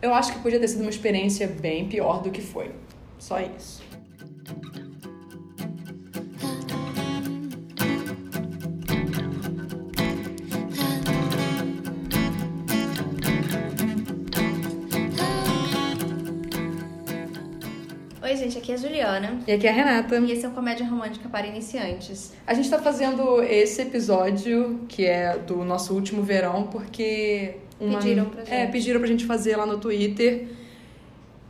Eu acho que podia ter sido uma experiência bem pior do que foi. Só isso. Oi, gente, aqui é a Juliana. E aqui é a Renata. E esse é o Comédia Romântica para Iniciantes. A gente tá fazendo esse episódio, que é do nosso último verão, porque. Pediram pra gente. É, pediram pra gente fazer lá no Twitter.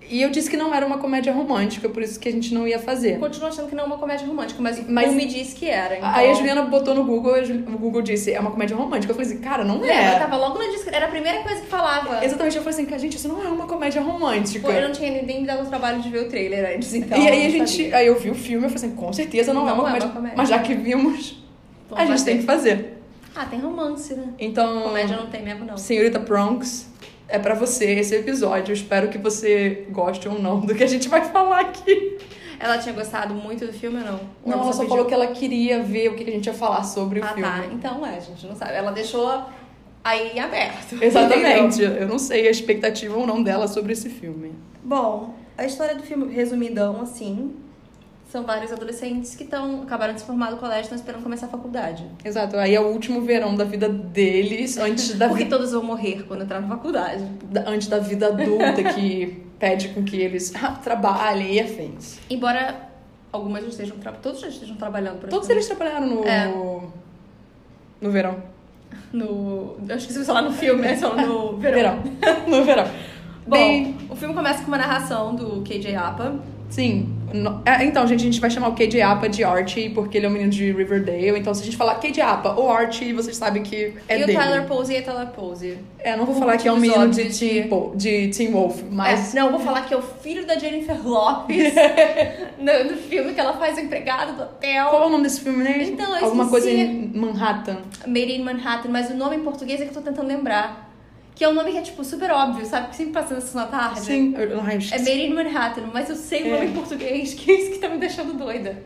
E eu disse que não era uma comédia romântica, por isso que a gente não ia fazer. Continuo achando que não é uma comédia romântica, mas, Mas- mas... me disse que era. Então... Aí a Juliana botou no Google, e a Ju- o Google disse, é uma comédia romântica. Eu falei assim, cara, não É, ela é. tava logo na descrição. Era a primeira coisa que falava. Exatamente, eu falei assim, cara, gente, isso não é uma comédia romântica. Pô, eu não tinha nem me dado o trabalho de ver o trailer antes, então. e aí eu a não gente. sabia. Aí eu vi o filme, eu falei assim, com certeza não, é, uma comédia, Mas já que vimos, Vamos a gente fazer. tem que fazer. Ah, tem romance, né? Então. Comédia não tem mesmo, não. Senhorita Prongs, é pra você esse episódio. Eu espero que você goste ou não do que a gente vai falar aqui. Ela tinha gostado muito do filme ou não? Ou Não, ela só pediu? falou que ela queria ver o que a gente ia falar sobre o Ah, tá. filme. Então, é, a gente não sabe. Ela deixou aí em aberto. entendeu? Exatamente. Eu não sei a expectativa ou não dela sobre esse filme. Bom, a história do filme, resumidão, assim, são vários adolescentes que estão acabaram de se formar do colégio e estão esperando começar a faculdade. Exato. Aí é o último verão da vida deles, antes da, Porque vida, todos vão morrer quando entrar na faculdade. antes da vida adulta que pede com que eles ah, trabalhem e afins. Embora algumas já estejam tra... todos já estejam trabalhando por Todos exemplo, eles trabalharam no. É. No verão. no eu esqueci de falar no filme, é só no verão. no verão. Bom, Bem, o filme começa com uma narração do KJ Apa. Sim. No- é, Então, gente, a gente vai chamar o KJ Apa de Archie, porque ele é um menino de Riverdale. Então, se a gente falar KJ Apa ou Archie, vocês sabem que é e dele. o Tyler Posey é Tyler Posey. É, não vou falar que é um menino de, Episódios Teen, Po- de Teen Wolf, mas... É, não, eu vou falar que é o filho da Jennifer Lopes no, no filme que ela faz o empregado do hotel. Qual é o nome desse filme, né? Então, eu Alguma coisa esqueci. em Manhattan. Made in Manhattan, mas o nome em português é que eu tô tentando lembrar. Que é um nome que é, tipo, super óbvio, sabe? Que sempre passa na sessão da tarde. Sim. eu- ai, eu É esqueci. Made in Manhattan, mas eu sei o nome É. em português, que é isso que tá me deixando doida.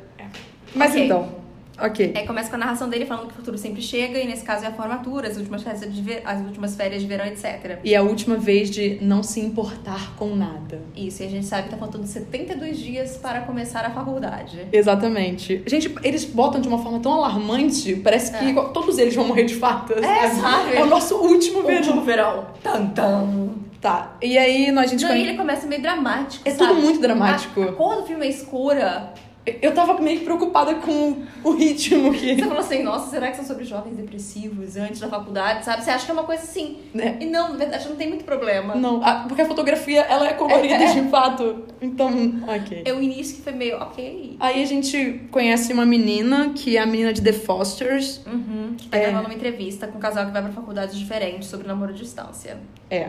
Mas Ok. então, ok. Aí É, começa com a narração dele falando que o futuro sempre chega, e nesse caso é a formatura, as últimas férias de, ver... as últimas férias de verão, etc. E é a última vez de não se importar com nada. Isso, e a gente sabe que tá faltando 72 dias para começar a faculdade. Exatamente. Gente, eles botam de uma forma tão alarmante, parece que igual- todos eles vão morrer de fato. É, sabe? É o nosso último verão. Último verão. Tantam. Tá. E aí, nós, a gente... Não, conhe- e ele começa meio dramático, É sabe? tudo muito Tipo, dramático. A, a cor do filme é escura. Eu tava meio que preocupada com o ritmo Você que. falou assim, nossa, será que são sobre jovens depressivos antes da faculdade, sabe? Você acha que é uma coisa assim. Né? E não, na verdade, não tem muito problema. Não, ah, porque a fotografia ela é colorida de fato. Então, ok. É o início que foi meio, ok. Aí a gente conhece uma menina que é a menina de The Fosters. Uhum. Tá É. gravando uma entrevista com um casal que vai pra faculdades diferentes sobre namoro à distância. É.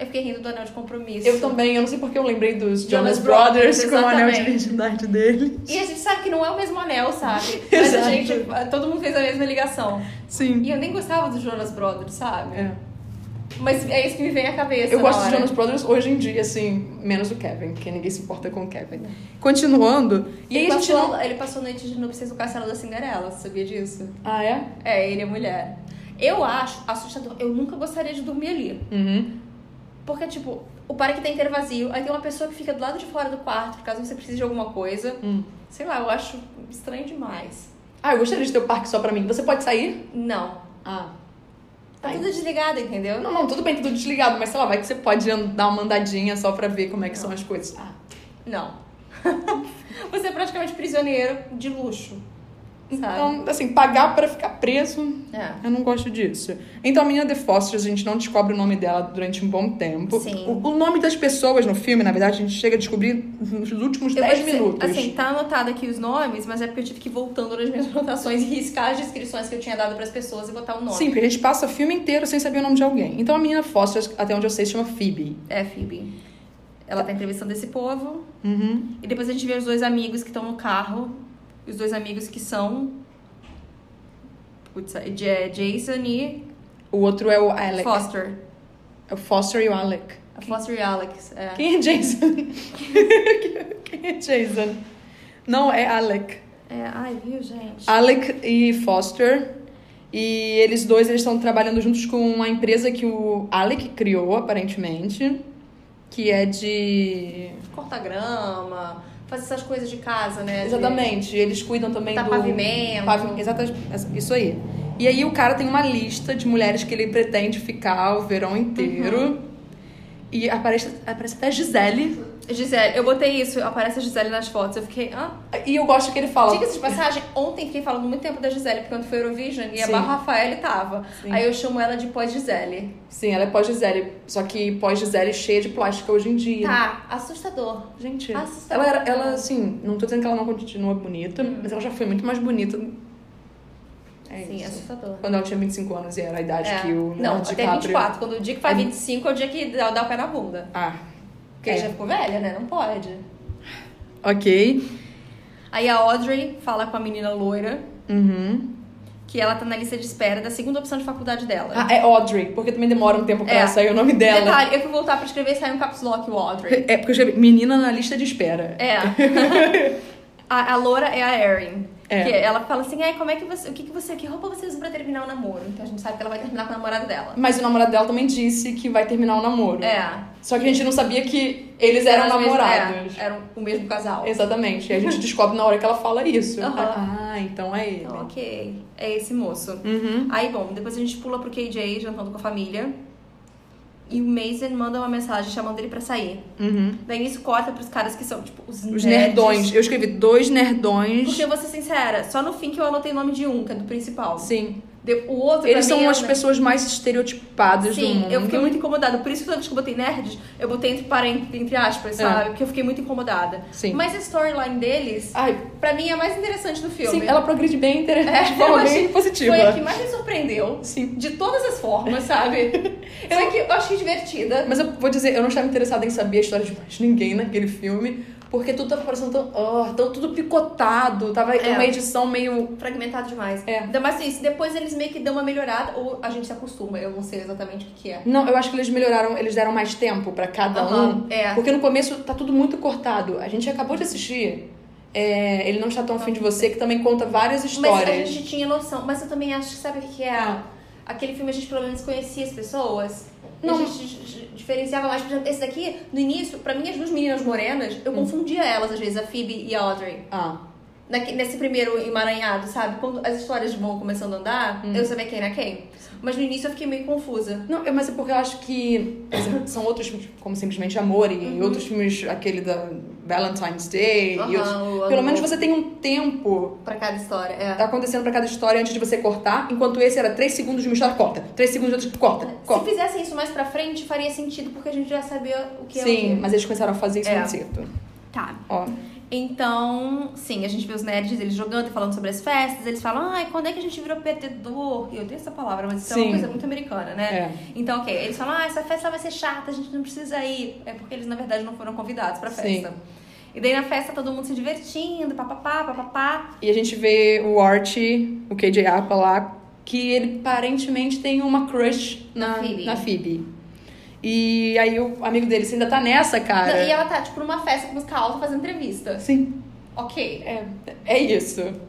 Eu fiquei rindo do anel de compromisso. Eu também, eu não sei porque eu lembrei dos Jonas, Jonas Brothers, Brothers, com o anel de exatamente. identidade dele. E a gente sabe que não é o mesmo anel, sabe? Mas a Exato. gente, todo mundo fez a mesma ligação. Sim. E eu nem gostava dos Jonas Brothers, sabe? É. Mas é isso que me vem à cabeça. Eu gosto na dos hora. Jonas Brothers hoje em dia, assim, menos o Kevin, porque ninguém se importa com o Kevin. Continuando. E aí ele, a gente não. passou, ele passou noite de núpcias no castelo da Cinderela, você sabia disso? Ah, é? É, ele é mulher. Eu acho assustador. Eu nunca gostaria de dormir ali. Uhum. Porque, tipo, o parque tá inteiro vazio, aí tem uma pessoa que fica do lado de fora do quarto, caso você precise de alguma coisa. Hum. Sei lá, eu acho estranho demais. Ah, eu gostaria de ter o parque só pra mim. Você pode sair? Não. Ah. Tá Ai. tudo desligado, entendeu? Não, não, tudo bem, tudo desligado, mas sei lá, vai que você pode an- dar uma andadinha só pra ver como é que são as coisas. Ah, Não. você é praticamente prisioneiro de luxo. Sabe? então, assim, pagar pra ficar preso, É. eu não gosto disso. Então, a menina The Foster, a gente não descobre o nome dela durante um bom tempo. Sim. O, o nome das pessoas no filme, na verdade, a gente chega a descobrir nos últimos Eu vou 10 dizer, minutos. Assim, tá anotado aqui os nomes, mas é porque eu tive que ir voltando nas minhas anotações e riscar as descrições que eu tinha dado pras pessoas e botar o nome. Sim, porque a gente passa o filme inteiro sem saber o nome de alguém. Então, a menina Foster, até onde eu sei, se chama Phoebe. É, Phoebe. Ela tá entrevistando esse povo. Uhum. E depois a gente vê os dois amigos que estão no carro. Os dois amigos que são. Putz, é J- Jason e O outro é o Alec. Foster. É o Foster e o Alec. A Foster e Alex. É. Quem é Jason? Quem é Jason? Não, é Alec. É, ai, viu, gente? Alec e Foster. E eles dois eles estão trabalhando juntos com uma empresa que o Alec criou, aparentemente. que é de. Corta grama, fazer essas coisas de casa, né? De- Exatamente. Eles cuidam também Tá do. pavimento. Pavim- Exatamente. é Isso aí. E aí o cara tem uma lista de mulheres que ele pretende ficar o verão inteiro. Uhum. E aparece, aparece até Gisele. Gisele, eu botei isso, aparece a Gisele nas fotos. Eu fiquei, hã? E eu gosto que ele fala. Diga-se de passagem, ontem fiquei falando muito tempo da Gisele, porque ontem foi Eurovision e a Sim. Barra Rafael tava. Sim. Aí eu chamo ela de pós-Gisele. Sim, ela é pós-Gisele. Só que pós-Gisele é cheia de plástica hoje em dia. Tá, assustador. Gente, Assustador. ela, era, ela, assim, não tô dizendo que ela não continua bonita, mas ela já foi muito mais bonita. É Uhum. Sim, isso. assustador. Quando ela tinha 25 anos e era a idade É. que o Não, Leonardo até DiCaprio- 24. Quando o dia que faz 25 é o dia que dá, dá o pé na bunda. Ah, Porque É. já ficou velha, né? Não pode. ok. Aí a Audrey fala com a menina loira Uhum. que ela tá na lista de espera da segunda opção de faculdade dela. Ah, é Audrey, porque também demora um tempo pra É. sair o nome dela. Detalhe, eu fui voltar pra escrever e saiu um caps lock, o Audrey. É porque eu escrevi menina na lista de espera. É. a, a loura é a Erin. É. Que ela fala assim, ai, como é que você. O que, que você. Que roupa você usa pra terminar o namoro? Então a gente sabe que ela vai terminar com o namorado dela. Mas o namorado dela também disse que vai terminar o namoro. É. Só que a gente não sabia que eles eram Elas mesmas- namorados. é, eram o mesmo casal. Exatamente. E a gente descobre na hora que ela fala isso. Aham. Ah, então é ele. Então, ok. É esse moço. Uhum. Aí, bom, depois a gente pula pro KJ jantando com a família. E o Mason manda uma mensagem chamando ele pra sair. Uhum. Daí isso corta pros caras que são, tipo, os, Os nerds. nerdões. Eu escrevi dois nerdões. Porque eu vou ser sincera, só no fim que eu anotei o nome de um, que é do principal. Sim. De- o outro pra Eles mim, são eu, as pessoas mais estereotipadas do Sim, mundo. eu fiquei muito incomodada. Por isso que toda vez que eu botei nerds, eu botei entre, parênteses, entre aspas, É. sabe? Porque eu fiquei muito incomodada. Sim. Mas a storyline deles, Ai, pra mim, é a mais interessante do filme. sim, ela progride bem interessante. É, de forma eu achei- bem positiva. Foi a que mais me surpreendeu. Sim. De todas as formas, sabe? eu, é que eu achei divertida. Mas eu vou dizer, eu não estava interessada em saber a história de mais ninguém naquele filme, porque tudo tava parecendo tão, ah, tão tudo picotado, tava É. uma edição meio. Fragmentado demais. É. Ainda mais isso. Depois eles meio que dão uma melhorada, ou a gente se acostuma, eu não sei exatamente o que, que é. Não, eu acho que eles melhoraram, eles deram mais tempo pra cada um. Aham, é. Porque no começo tá tudo muito cortado. A gente acabou de assistir. é, Ele não está tão afim de você, que também conta várias histórias. Ah. Mas a gente tinha noção. Mas eu também acho que sabe o que que é? Aquele filme a gente pelo menos conhecia as pessoas. E Não. A gente d- d- diferenciava mais. Por exemplo, esse daqui, no início, pra mim, as duas meninas morenas, Hum. eu confundia elas às vezes, a Phoebe e a Audrey. Ah. Naque- nesse primeiro emaranhado, sabe? Quando as histórias vão começando a andar, Hum. eu sabia quem era quem. Mas no início eu fiquei meio confusa. Não, é- mas é porque eu acho que por exemplo, são outros filmes, como simplesmente Amor, e outros filmes, aquele da Valentine's Day, e outros. Uhum. Aham, o Pelo menos amor você tem um tempo tá Pra cada história, é. acontecendo pra cada história antes de você cortar, enquanto esse era 3 segundos de uma história, corta. 3 segundos de outra, corta, Se corta. fizessem isso mais pra frente, faria sentido, porque a gente já sabia o que Sim, é o quê. mas eles começaram a fazer isso É. muito cedo. Tá. Ó. Então, sim, a gente vê os nerds eles jogando e falando sobre as festas. Eles falam, ai, quando é que a gente virou perdedor? E eu odeio essa palavra, mas isso é Sim. uma coisa muito americana, É. né? Então, ok. Eles falam, ah, essa festa vai ser chata, a gente não precisa ir. É porque eles, na verdade, não foram convidados pra festa. Sim. E daí na festa todo mundo se divertindo, papapá, papapá. E a gente vê o Archie, o KJ Apa lá, que ele aparentemente tem uma crush na, Na Phoebe. na Phoebe. E aí o amigo dele, você ainda tá nessa, cara? E ela tá, tipo, numa festa com música alta fazendo entrevista. Sim. Ok. É, é isso.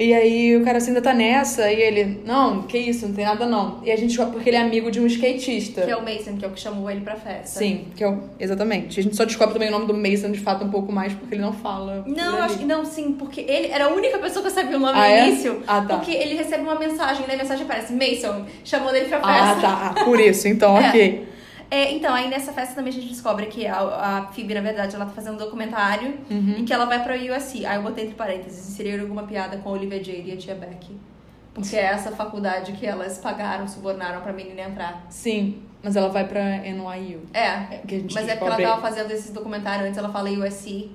E aí o cara assim, ainda tá nessa, e ele, não, que isso, não tem nada não. E a gente, porque ele é amigo de um skatista. Que é o Mason, que é o que chamou ele pra festa. Sim, que é o- exatamente. A gente só descobre também o nome do Mason de fato um pouco mais, porque ele não fala. por Não, ali. eu acho que não, sim, porque ele era a única pessoa que eu sabia o nome Ah, no é? início. Ah, tá. Porque ele recebe uma mensagem, né? A mensagem aparece Mason, chamando ele pra festa. Ah, tá. Ah, por isso, então, É. ok. É, então, aí nessa festa também a gente descobre que a, a Phoebe, na verdade, ela tá fazendo um documentário Uhum. e que ela vai pra USC. Aí eu botei entre parênteses, inserir alguma piada com a Olivia Jade e a Tia Beck. Porque é essa faculdade que elas pagaram, subornaram pra menina entrar. Sim, mas ela vai pra NYU. É, Que a gente tipo, mas é porque ela descobre. tava fazendo esse documentário antes, ela fala USC.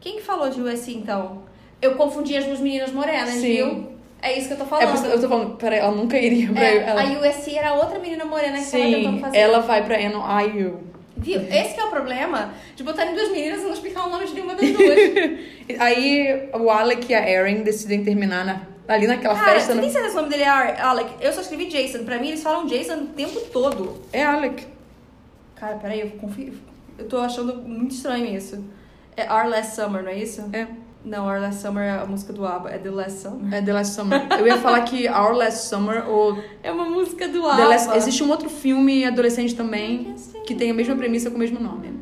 Quem que falou de USC, então? Eu confundi as duas meninas morenas, Sim. viu? É isso que eu tô É, falando. por isso- eu tô falando, peraí, ela nunca iria pra. É, ela... A USC era outra menina morena que tava tentando Sim, fazer. ela vai pra NYU. Viu? Esse que é o problema de botarem duas meninas e não explicar o nome de nenhuma das duas. Aí o Alec e a Erin decidem terminar na- ali naquela Cara, É festa. né? você no- nem sabe se o nome dele é Ar- Alec. Eu só escrevi Jason. Pra mim, eles falam Jason o tempo todo. É Alec. Cara, peraí, eu confio. Eu tô achando muito estranho isso. É Our Last Summer, não é isso? É. Não, Our Last Summer é a música do ABBA, é The Last Summer. É The Last Summer. Eu ia falar que Our Last Summer ou É uma música do The ABBA. Last... Existe um outro filme adolescente também que tem a mesma premissa com o mesmo nome.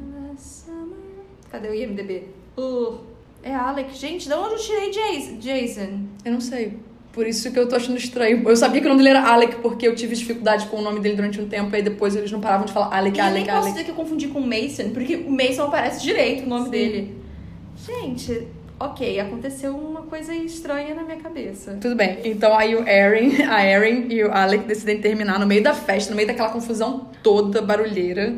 Cadê o IMDB? Uh, é Alex. Gente, de onde eu tirei Jason? Jason. Eu não sei. Por isso que eu tô achando estranho. Eu sabia que o nome dele era Alec, porque eu tive dificuldade com o nome dele durante um tempo, aí depois eles não paravam de falar Alec, E eu nem Alec, posso Alec. dizer que eu confundi com o Mason, porque o Mason aparece direito o nome dele. Gente, ok, aconteceu uma coisa estranha na minha cabeça. Tudo bem. Então aí o Erin, a Erin e o Alec decidem terminar no meio da festa, no meio daquela confusão toda, barulheira.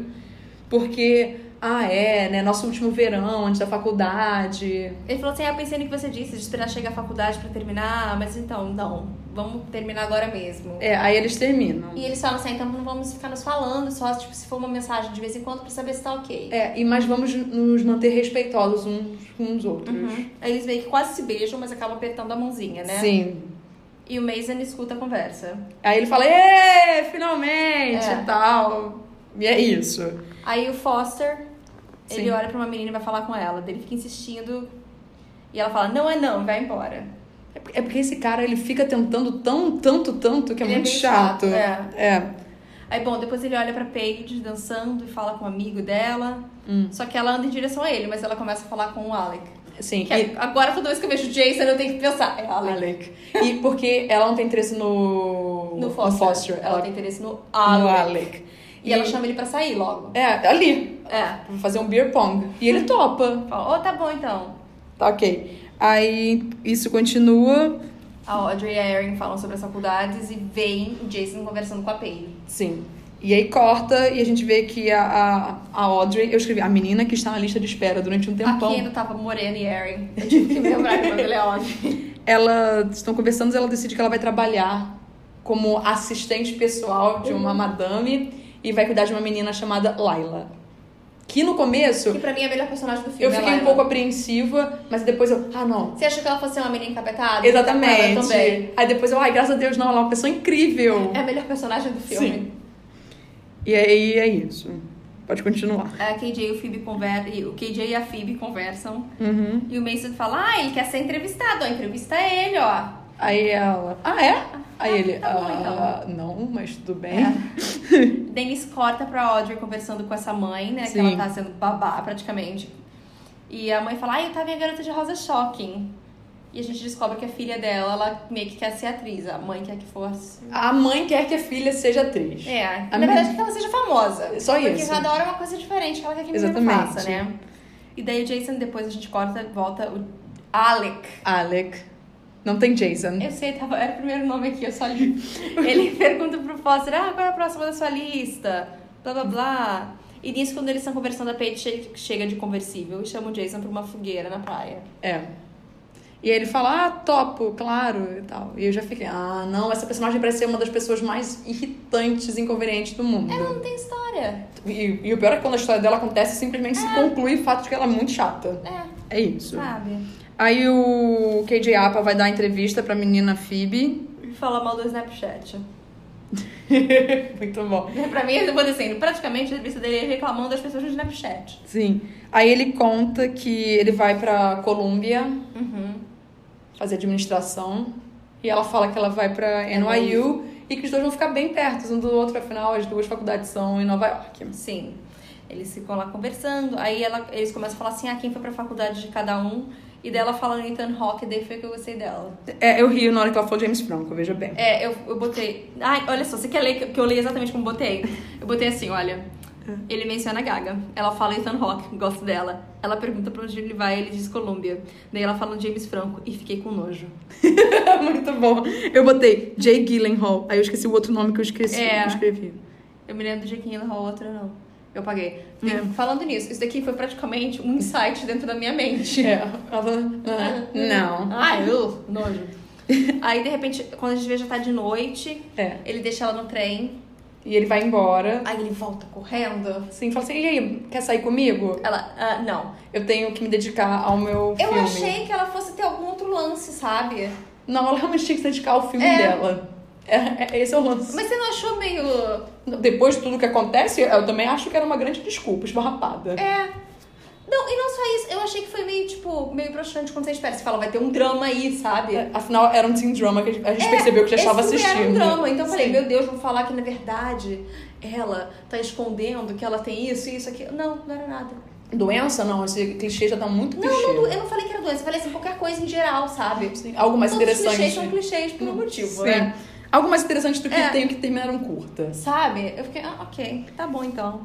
Porque, ah, é, né? Nosso último verão antes da faculdade. Ele falou assim: ah, eu pensei no que você disse, de esperar chegar à faculdade pra terminar, mas então, não, vamos terminar agora mesmo. É, aí eles terminam. E eles falam assim: "Ah, então não vamos ficar nos falando, só tipo, se for uma mensagem de vez em quando pra saber se tá ok. É, e mas vamos nos manter respeitosos uns com os outros. né? Uhum. Aí eles meio que quase se beijam, mas acabam apertando a mãozinha, né? Sim. E o Mason escuta a conversa. Aí ele fala, ê, finalmente, É. e tal. E é isso. Aí o Foster, ele Sim. olha pra uma menina e vai falar com ela. Daí Ele fica insistindo. E ela fala, não é não, e vai embora. É porque- É porque esse cara, ele fica tentando tão, tanto, tanto, que é Ele muito bem chato. É. É. Aí, bom, depois ele olha pra Paige dançando e fala com um amigo dela. Hum. Só que ela anda em direção a ele, mas ela começa a falar com o Alec. Sim. Que é e- agora toda vez que eu vejo o Jason, eu tenho que pensar, é Alec. Alec. E porque ela não tem interesse no... No Foster. Ela, Ela, tem interesse no tem Alec. no Alec. E ela chama ele pra sair logo. É, ali. É. Vou fazer um beer pong. E ele topa. Fala, ô, tá bom então. Tá, ok. Aí, isso continua. A Audrey e a Erin falam sobre as faculdades e veem o Jason conversando com a Paige. Sim. E aí corta e a gente vê que a, a, a Audrey, eu escrevi, a menina que está na lista de espera durante um tempão, Aqui né? ainda tava Morena e Erin. Eu tive que me lembrar que o nome dela é Audrey. elas estão conversando e ela decide que ela vai trabalhar como assistente pessoal de uma madame e vai cuidar de uma menina chamada Laila. Que no começo Que pra mim é a melhor personagem do filme. eu é fiquei um Lila. pouco apreensiva, mas depois eu, ah não. Você achou que ela tá fosse ser uma menina encapetada? Ela Exatamente. também. Aí depois eu, ai, graças a Deus, não, ela é uma pessoa incrível. É a melhor personagem do filme. Sim. E aí é isso. Pode continuar. É, A KJ e o Phoebe conversam. O KJ e a Phoebe conversam. Uhum. E o Mason fala: Ah, ele quer ser entrevistado, ó. Entrevista ele, ó. Aí ela. Ah, é? Aí ele. tá bom, então. É. ah, não, mas tudo bem. Dennis corta pra Audrey conversando com essa mãe, né? Que Sim. ela tá sendo babá praticamente. E a mãe fala: Ah, eu tava em a garota de rosa shocking. E a gente descobre que a filha dela, ela meio que quer ser atriz. A mãe quer que fosse. A mãe quer que a filha seja atriz. É, na minha- verdade que ela seja famosa. Só Porque isso. cada hora é uma coisa diferente que ela quer que a menina Exatamente. faça, né? E daí o Jason, depois a gente corta, volta o Alec. Alec. Não tem Jason. Eu sei, tava, era o primeiro nome aqui, eu só li. Ele pergunta pro Foster, ah, qual é a próxima da sua lista? Blá, blá, blá. E nisso, quando eles estão conversando, a Paige che- chega de conversível e chama o Jason pra uma fogueira na praia. É. E aí ele fala, ah, topo, claro, e tal. E eu já fiquei, ah, não, essa personagem parece ser uma das pessoas mais irritantes e inconvenientes do mundo. Ela não tem história. E, e o pior é que quando a história dela acontece, simplesmente se conclui o fato de que ela é muito chata. É, É isso. sabe? Aí o KJ Apa vai dar entrevista pra menina Phoebe. Fala mal do Snapchat. muito bom. É, Pra mim, eu vou descendo. Praticamente, a entrevista dele é reclamando das pessoas no Snapchat. Sim. Aí ele conta que ele vai pra Colômbia Uhum. fazer administração. E ela fala que ela vai pra NYU e que os dois vão ficar bem perto um do outro, afinal, as duas faculdades são em Nova York. Sim. Eles ficam lá conversando, aí ela, eles começam a falar assim, ah, quem foi pra faculdade de cada um. E dela fala Nathan Hawke, daí foi que eu gostei dela. É, eu rio na hora que ela falou James Franco, veja bem. É, eu, eu botei... Ai, olha só, você quer ler? que- Que eu li exatamente como botei. Eu botei assim, olha... Ele menciona a Gaga. Ela fala Ethan Hawke, gosto dela. Ela pergunta pra onde ele vai, ele diz Colômbia. Daí ela fala James Franco e fiquei com nojo. muito bom. Eu botei Jay Gyllenhaal, aí eu esqueci o outro nome que eu esqueci, É. eu escrevi. Eu me lembro do Jequinho da outra, não. Eu paguei. Falando nisso, isso daqui foi praticamente um insight dentro da minha mente. É. Ela falou, "Ah, não. Ai, eu, nojo. Aí, de repente, quando a gente vê já tá de noite, É. ele deixa ela no trem, E ele vai embora. aí ele volta correndo. Assim, fala assim, e aí, quer sair comigo? Ela, ah, não. Eu tenho que me dedicar ao meu Eu filme. achei que ela fosse ter algum outro lance, sabe? Não, ela realmente tinha que se dedicar ao filme É. dela. É, é- esse é o lance. Mas você não achou meio. Depois de tudo que acontece, eu também acho que era uma grande desculpa, esbarrapada. É. Não, e não só isso, eu achei que foi meio, tipo, meio broxante quando você espera. Você fala, vai ter um drama aí, sabe? Afinal, era um teen drama que a gente É, percebeu que já esse estava filme assistindo. Era um drama, então eu falei, Sim. meu Deus, vão falar que na verdade ela tá escondendo que ela tem isso e isso aqui. Não, não era nada. Doença? Não, esse clichê já tá muito Não, clichê. não, eu não falei que era doença, eu falei assim, qualquer coisa em geral, sabe? Sim, Algo mais Todos os interessante. clichês são clichês por um motivo, Sim. né? Algo mais interessante do que É. tenho que terminar um curta. Sabe? Eu fiquei, ah, ok, tá bom então.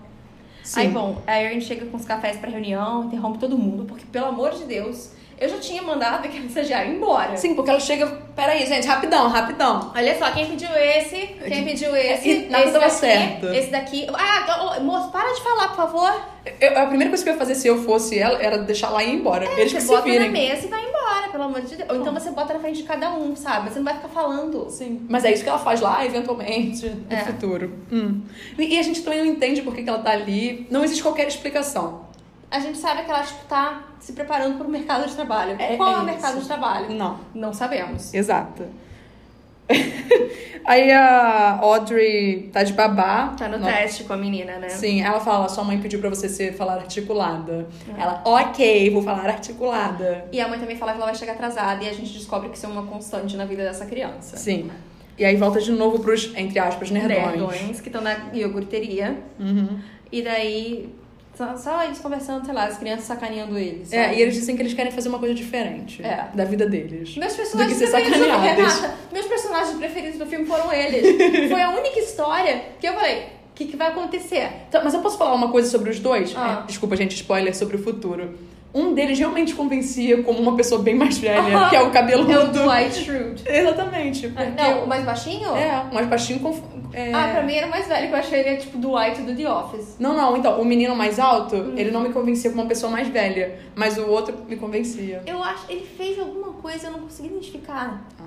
Sim. Aí, bom, a Erin chega com os cafés pra reunião, interrompe todo mundo, porque, pelo amor de Deus, eu já tinha mandado aquele estagiário embora. Sim, porque ela chega. Peraí, gente, rapidão, rapidão. Olha só, quem pediu esse, quem pediu "É, esse, E nada esse dava daqui, certo. esse daqui. Ah, ô, moço, para de falar, por favor. Eu- a primeira coisa que eu ia fazer se eu fosse ela era deixar lá e ir embora. Eles É, você que se bota na virem. mesa e vai embora, pelo amor de Deus. Ou então você bota na frente de cada um, sabe? Você não vai ficar falando. Sim. Mas é isso que ela faz lá, eventualmente, no É. futuro. Hum. E, e a gente também não entende por que, que ela tá ali. Não existe qualquer explicação. A gente sabe que ela, tipo, tá se preparando para o mercado de trabalho. É- Qual é, é o mercado isso. de trabalho? Não. Não sabemos. Exato. Aí a Audrey tá de babá. Tá no Não- teste com a menina, né? Sim, ela fala, sua mãe pediu pra você ser, falar articulada. É. Ela, ok, vou falar articulada. E a mãe também fala que ela vai chegar atrasada e a gente descobre que isso é uma constante na vida dessa criança. Sim. E aí volta de novo pros, entre aspas, nerdões. Nerdões que estão na iogurteria. Uhum. E daí, só, só eles conversando, sei lá, as crianças sacaneando eles. É, sabe? e eles dizem que eles querem fazer uma coisa diferente É. da vida deles. Meus Do personagens que ser preferidos do filme, sacaneadas. Renata, meus personagens preferidos do filme foram eles. Foi a única história que eu falei, o que, que vai acontecer? Tá, mas eu posso falar uma coisa sobre os dois? Ah. É, desculpa, gente, spoiler sobre o futuro. Um deles realmente convencia como uma pessoa bem mais velha, que é o cabeludo. É o Dwight Schrute. Exatamente. Ah, Porque Não, o mais baixinho? É, um mais baixinho conf... é... Ah, pra mim era o mais velho, que eu achei ele tipo Dwight do The Office. Não, não, então, o menino mais alto, Hum. ele não me convencia como uma pessoa mais velha, mas o outro me convencia. Eu acho, ele fez alguma coisa, eu não consegui identificar. Ah,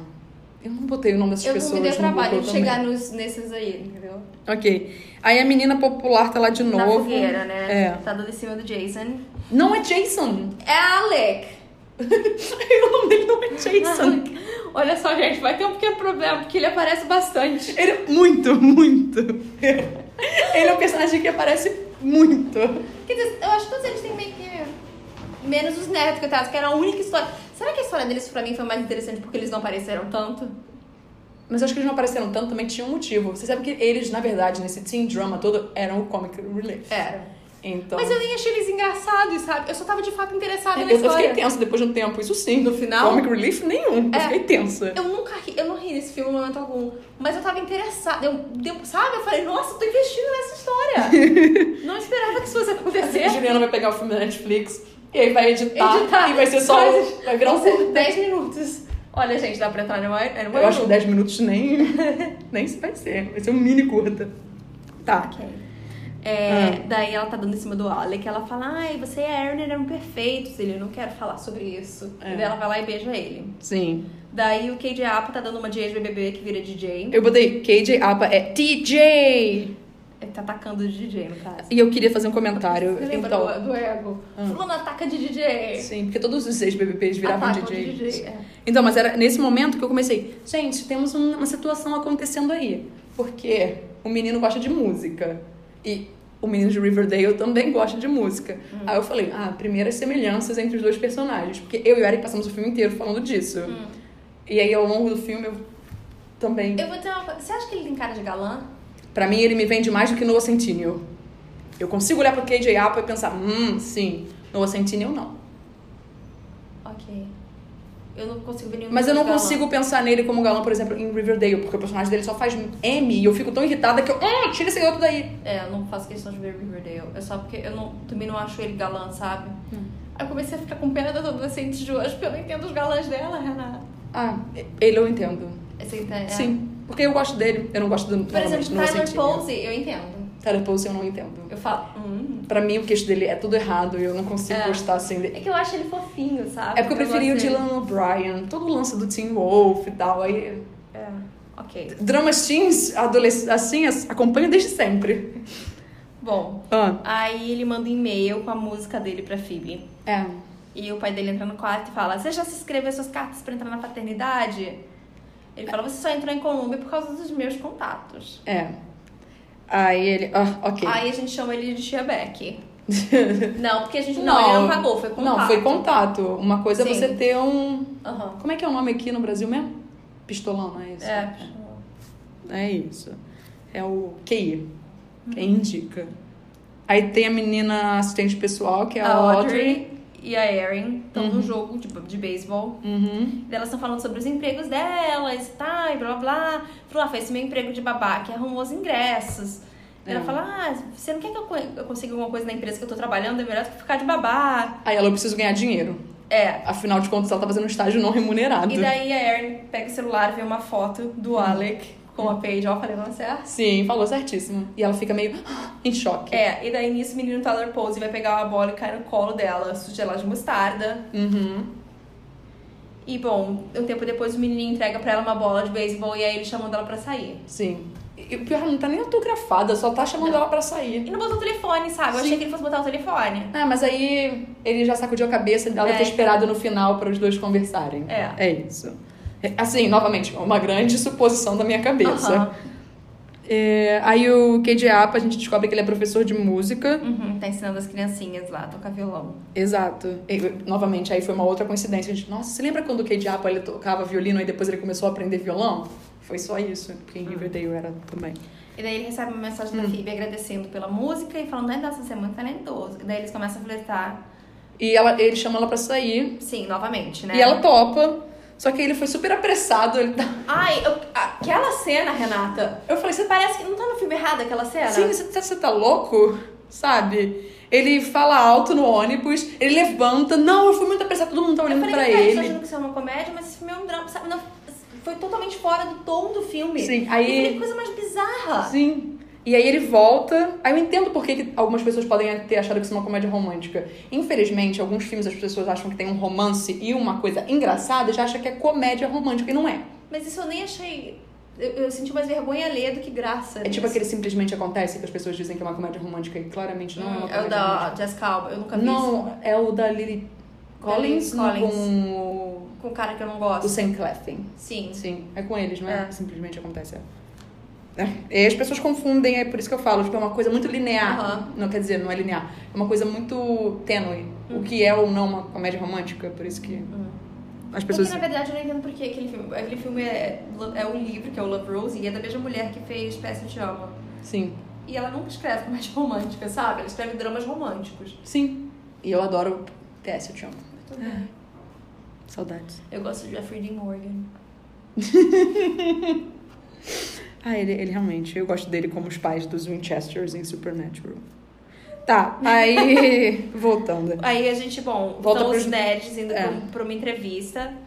eu não botei o nome dessas eu pessoas não me dei no trabalho Google de também. chegar nos, nesses aí, entendeu? Ok. Aí a menina popular tá lá de Na novo. fogueira, né? É. Tá dando em cima do Jason. Não é Jason. É Alec! o nome dele não é Ah, Jason. né? Olha só, gente, vai ter um pequeno problema, porque ele aparece bastante. Ele é muito, muito. Ele é um personagem que aparece muito. Quer dizer, eu acho que todos eles têm meio que. Menos os nerds, coitados, que era a única história. Será que a história deles pra mim foi mais interessante porque eles não apareceram tanto? Mas eu acho que eles não apareceram tanto, também tinha um motivo. Você sabe que eles, na verdade, nesse teen drama todo, eram o comic relief. Era. Então... É. Mas eu nem achei eles engraçados, sabe? Eu só tava de fato interessada Eu, na eu fiquei história. tensa depois de um tempo, isso sim. No final? Comic relief nenhum. É. Eu fiquei tensa. Eu nunca ri, eu não ri nesse filme em momento algum, mas eu tava interessada, eu, deu- sabe? Eu falei, nossa, eu tô investindo nessa história. não esperava que isso fosse A acontecer. Juliana vai pegar o filme da Netflix e aí vai editar, Editar. e vai ser só. Coisas- Vai virar um. Vão ser 10 minutos. Olha, gente, dá pra entrar numa, numa Eu acho que 10 minutos nem. nem se vai ser. Vai ser um mini curta. Tá. Ok. Ah. É, Daí ela tá dando em cima do Alec, ela fala, ai, você e a Erin eram perfeitos, ele, eu não quero falar sobre isso. É. E daí ela vai lá e beija ele. Sim. Daí o KJ Apa tá dando uma de ex-BBB que vira DJ. Eu botei KJ Apa é TJ. Ele tá atacando o DJ, no caso. E eu queria fazer um comentário. Você lembra Então. do, do ego? Hum. Fulano ataca de DJ. Sim, porque todos os seis Ah, tá, BBPs viravam Atacam DJ. de DJ, é. Então, mas era nesse momento que eu comecei. Gente, temos um- uma situação acontecendo aí. Porque o menino gosta de música. E o menino de Riverdale também gosta de música. Hum. Aí eu falei, ah, primeiras semelhanças entre os dois personagens. Porque eu e o Eric passamos o filme inteiro falando disso. Hum. E aí, ao longo do filme, eu também. Eu vou ter uma... Você acha que ele tem cara de galã? Pra mim, ele me vende mais do que Noah Centineo. Eu consigo olhar pro KJ Apa e pensar, hum, sim, Noah Centineo não. Ok. Eu não consigo ver nenhum Mas eu não galã. consigo pensar nele como galã, por exemplo, em Riverdale, porque o personagem dele só faz M e eu fico tão irritada que eu, ah, tira esse garoto daí. É, eu não faço questão de ver Riverdale. É só porque eu não, também não acho ele galã, sabe? Hum. Aí eu comecei a ficar com pena das adolescentes de hoje, porque eu não entendo os galãs dela, Renata. Ah, ele eu entendo. Você entende? Sim. Porque eu gosto dele, eu não gosto do É. Por exemplo, é. não Tyler Posey, eu entendo. Tyler Pose eu não entendo. Eu falo, hum. Pra mim, o queixo dele é tudo errado e eu não consigo É. Ah, gostar assim dele. É que eu acho ele fofinho, sabe? É porque eu preferi o gosto dele. Dylan O'Brien, todo o lance do Teen Wolf e tal. Aí, É, ok. dramas teens, adolesc- assim, as- acompanho desde sempre. Bom, Ah, aí ele manda um e-mail com a música dele pra Phoebe. é. E o pai dele entra no quarto e fala: Você já se inscreveu suas cartas pra entrar na paternidade? Ele fala: Você só entrou em Colômbia por causa dos meus contatos. É. Aí ele, ah, ok. Aí a gente chama ele de Tia Beck. não, porque a gente não, ele não pagou, foi contato. Não, foi contato. Uma coisa é Sim. você ter um. Aham. Como é que é o nome aqui no Brasil mesmo? Pistolão, não é isso? É, É isso. É o QI. Uhum. Quem indica. Aí tem a menina assistente pessoal, que é a, a Audrey. Audrey e a Erin estão num jogo de, de beisebol. Uhum. Daí Elas estão falando sobre os empregos delas e tal, e blá blá blá. Falou, ah, foi esse meu emprego de babá que arrumou os ingressos. Daí É. Ela fala, ah, você não quer que eu, co- eu consiga alguma coisa na empresa que eu tô trabalhando? É melhor do que ficar de babá. Aí ela, eu preciso ganhar dinheiro. É. Afinal de contas, ela tá fazendo um estágio não remunerado. E daí a Erin pega o celular e vê uma foto Hum. do Alec com a Paige. Ó, falei, não certo? Sim, falou certíssimo. E ela fica meio ah, em choque. É, e daí nisso o menino Tyler Pose vai pegar uma bola e cai no colo dela, suja ela de mostarda. Uhum. E bom, um tempo depois o menino entrega pra ela uma bola de beisebol e aí ele chamando ela pra sair. Sim. E o pior, ela não tá nem autografada, só tá chamando ela pra sair. E não botou o telefone, sabe? Eu Sim. achei que ele fosse botar o telefone. Ah, mas aí ele já sacudiu a cabeça, ela deve É. ter esperado no final para os dois conversarem. É. É isso. É, Assim, novamente, uma grande suposição da minha cabeça. Aham. É, aí o KJ Apa, a gente descobre que ele é professor de música. Uhum, tá ensinando as criancinhas lá a tocar violão. Exato. E, novamente, aí foi uma outra coincidência. A gente, nossa, você lembra quando o Kate Apa ele tocava violino e depois ele começou a aprender violão? Foi só isso, porque em Riverdale Hum. era também. E daí ele recebe uma mensagem Hum. da Phoebe agradecendo pela música e falando, ai, nossa, você é muito talentoso. E daí eles começam a flertar, E ela, ele chama ela pra sair. sim, novamente, né? E ela topa. Só que ele foi super apressado. Ele tá... Ai, eu- aquela cena, Renata, eu falei, você parece que não tá no filme errado aquela cena? Sim, você tá, você tá louco? Sabe? Ele fala alto no ônibus, ele levanta. Não, eu fui muito apressado, todo mundo tá eu olhando falei, pra cara, eu tô ele. achando que isso é uma comédia, mas esse filme é um drama, sabe? Não, foi totalmente fora do tom do filme. Sim, Eu falei, que aí. coisa mais bizarra. Sim. E aí ele volta. Aí eu entendo por que que algumas pessoas podem ter achado que isso é uma comédia romântica. Infelizmente, alguns filmes as pessoas acham que tem um romance e uma coisa engraçada e já acham que é comédia romântica e não é. Mas isso eu nem achei. Eu, eu senti mais vergonha ler do que graça. É tipo nisso. aquele simplesmente acontece que as pessoas dizem que é uma comédia romântica e claramente não é uma Hum, comédia é o romântica. da Jessica Alba, eu nunca vi isso. Não, é o da Lily Collins, Da Lily Collins. com o- Com o cara que eu não o gosto. Sam Claflin. Sim. Sim, é com eles, não é? É. Simplesmente acontece. é. É. E as pessoas confundem, é por isso que eu falo, tipo, é uma coisa muito linear. Aham. Não quer dizer, não é linear. É uma coisa muito tênue. Hum. O que é ou não uma comédia romântica, é por isso que as pessoas. Porque na verdade eu não entendo porque aquele filme. Aquele filme é, é um livro, que é o Love Rose, e é da mesma mulher que fez Peça de Ama. Sim, E ela nunca escreve comédia romântica, sabe? Ela escreve dramas românticos. sim. E eu adoro PS, eu te amo. Tudo bem. É. Saudades. Eu gosto de Jeffrey Dean Morgan. Ah, ele, ele realmente. Eu gosto dele como os pais dos Winchesters em Supernatural. Tá, aí. voltando. Aí a gente, bom, Volta estão os pros- nerds indo É. Uhum. pra, um- pra uma entrevista.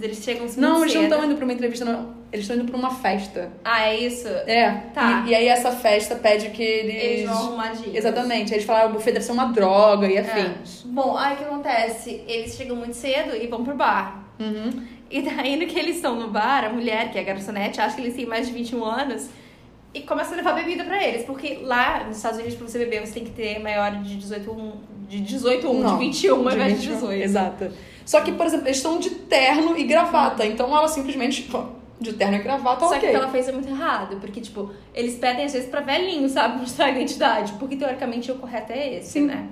Eles chegam Não, muito eles não cedo. estão indo pra uma entrevista, não. Eles estão indo pra uma festa. Ah, é isso? É. Tá. E, e aí essa festa pede que eles. Eles vão arrumar dicas. Exatamente. Eles falaram que o buffet deve ser uma droga e afins. Bom, aí o que acontece? Eles chegam muito cedo e vão pro bar. Uhum. E daí, no que eles estão no bar, a mulher, que é a garçonete, acha que eles têm mais de 21 anos e começa a levar bebida pra eles. Porque lá nos Estados Unidos, pra você beber, você tem que ter maior de 18 um, de 18 um, de Não, 21 ao invés de 21. 18. Exato. Só que, por exemplo, eles estão de terno e gravata. Então ela simplesmente, pô, de terno e gravata, Só que o ok. que ela fez é muito errado, porque, tipo, eles pedem às vezes pra velhinho, sabe, mostrar a identidade. Porque teoricamente o correto é esse, Sim. né?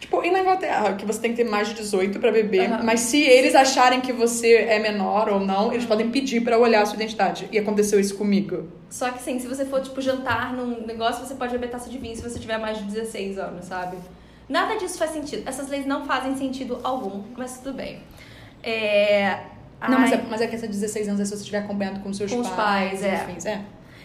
Tipo, e na Inglaterra, que você tem que ter mais de 18 pra beber. Aham. Mas se eles acharem que você é menor ou não, eles podem pedir pra olhar a sua identidade. E aconteceu isso comigo. Só que assim, se você for, tipo, jantar num negócio, você pode beber taça de vinho se você tiver mais de 16 anos, sabe? Nada disso faz sentido. Essas leis não fazem sentido algum, mas tudo bem. É. Não, mas é, ai, mas é que essa 16 anos é se você estiver acompanhado com seus Com os pais. pais, é. Enfim, é.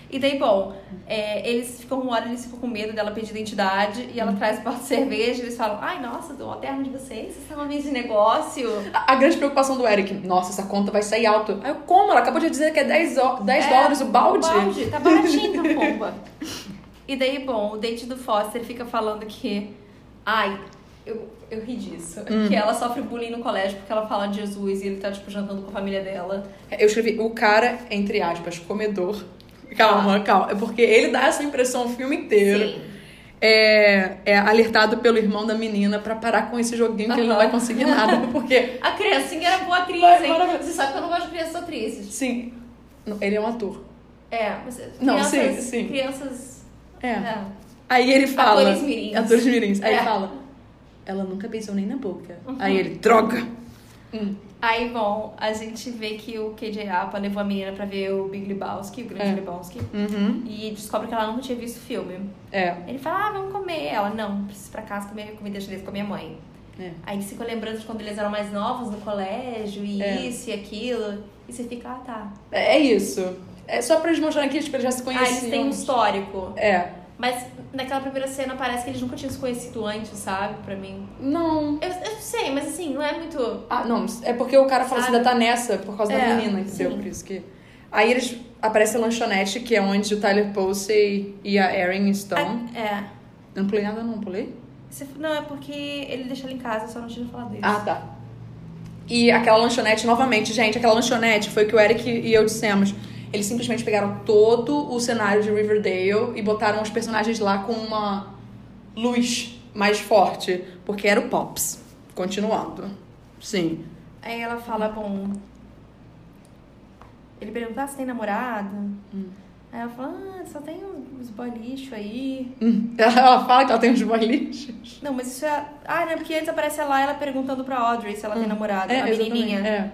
E daí, bom, é, eles ficam uma hora, eles ficam com medo dela pedir identidade e Uhum. ela traz um pote de cerveja e eles falam: Ai, nossa, dou uma terno de vocês, vocês estavam meio de negócio. A, a grande preocupação do Eric, nossa, essa conta vai sair alto. Aí eu, como? Ela acabou de dizer que é 10, o- 10 É, dólares o balde. O balde, tá baratinho, pomba. E daí, bom, o dente do Foster fica falando que. Ai, eu, eu ri disso. Que ela sofre bullying no colégio porque ela fala de Jesus e ele tá, tipo, jantando com a família dela. Eu escrevi o cara, entre aspas, comedor. Ah. Calma, calma. É porque ele dá essa impressão o filme inteiro. É, é alertado pelo irmão da menina pra parar com esse joguinho que ele não Aham. vai conseguir nada. Porque, A criancinha era boa atriz, Vai, hein? maravilha. Você sabe que eu não gosto de crianças atrizes. sim, não, ele é um ator. É, mas. Não, crianças, sim, sim. Crianças É. É. Aí ele fala. Atores mirins. Atores mirins. Aí É. Uhum. ele fala. Ela nunca beijou nem na boca. Aí ele, droga! Hum. Aí, bom, a gente vê que o KJ Apa levou a menina pra ver o Big Lebowski, o Grande É. Lebowski, Uhum. e descobre que ela nunca tinha visto o filme. É. Ele fala, ah, vamos comer. Ela, não, preciso ir pra casa comer comida chinesa com a minha mãe. É. Aí eles ficam lembrando de quando eles eram mais novos no colégio, e É. isso e aquilo. E você fica, ah, tá. É isso. É só pra eles mostrarem que tipo, eles já se Ah, eles têm conheciam. um histórico. É. Mas naquela primeira cena parece que eles nunca tinham se conhecido antes, sabe? Pra mim. Não. Eu, eu sei, mas assim, não é muito. Ah, não. É porque o cara fala assim, Sabe? ainda tá nessa por causa Ah, É, da menina, entendeu? sim. Por isso que... Aí eles... Aparece a lanchonete, que é onde o Tyler Posey e a Erin estão. Ah, É. Eu não pulei nada não, pulei? Você- Não, é porque ele deixa ela em casa, eu só não tinha falado isso. Ah, tá. E aquela lanchonete, novamente, gente, aquela lanchonete foi o que o Eric e eu dissemos. Eles simplesmente pegaram todo o cenário de Riverdale e botaram os personagens lá com uma luz mais forte, porque era o Pops. Continuando. Sim. Aí ela fala, bom. Ele pergunta, ah, você tem namorado? Hum. Aí ela fala, ah, só tem uns boy lixo aí. Hum. Ela fala que ela tem uns boy lixos. Não, mas isso é. Ah, não, porque antes aparece ela ela perguntando pra Audrey se ela tem namorado, a menininha. Hum. É, exatamente, É.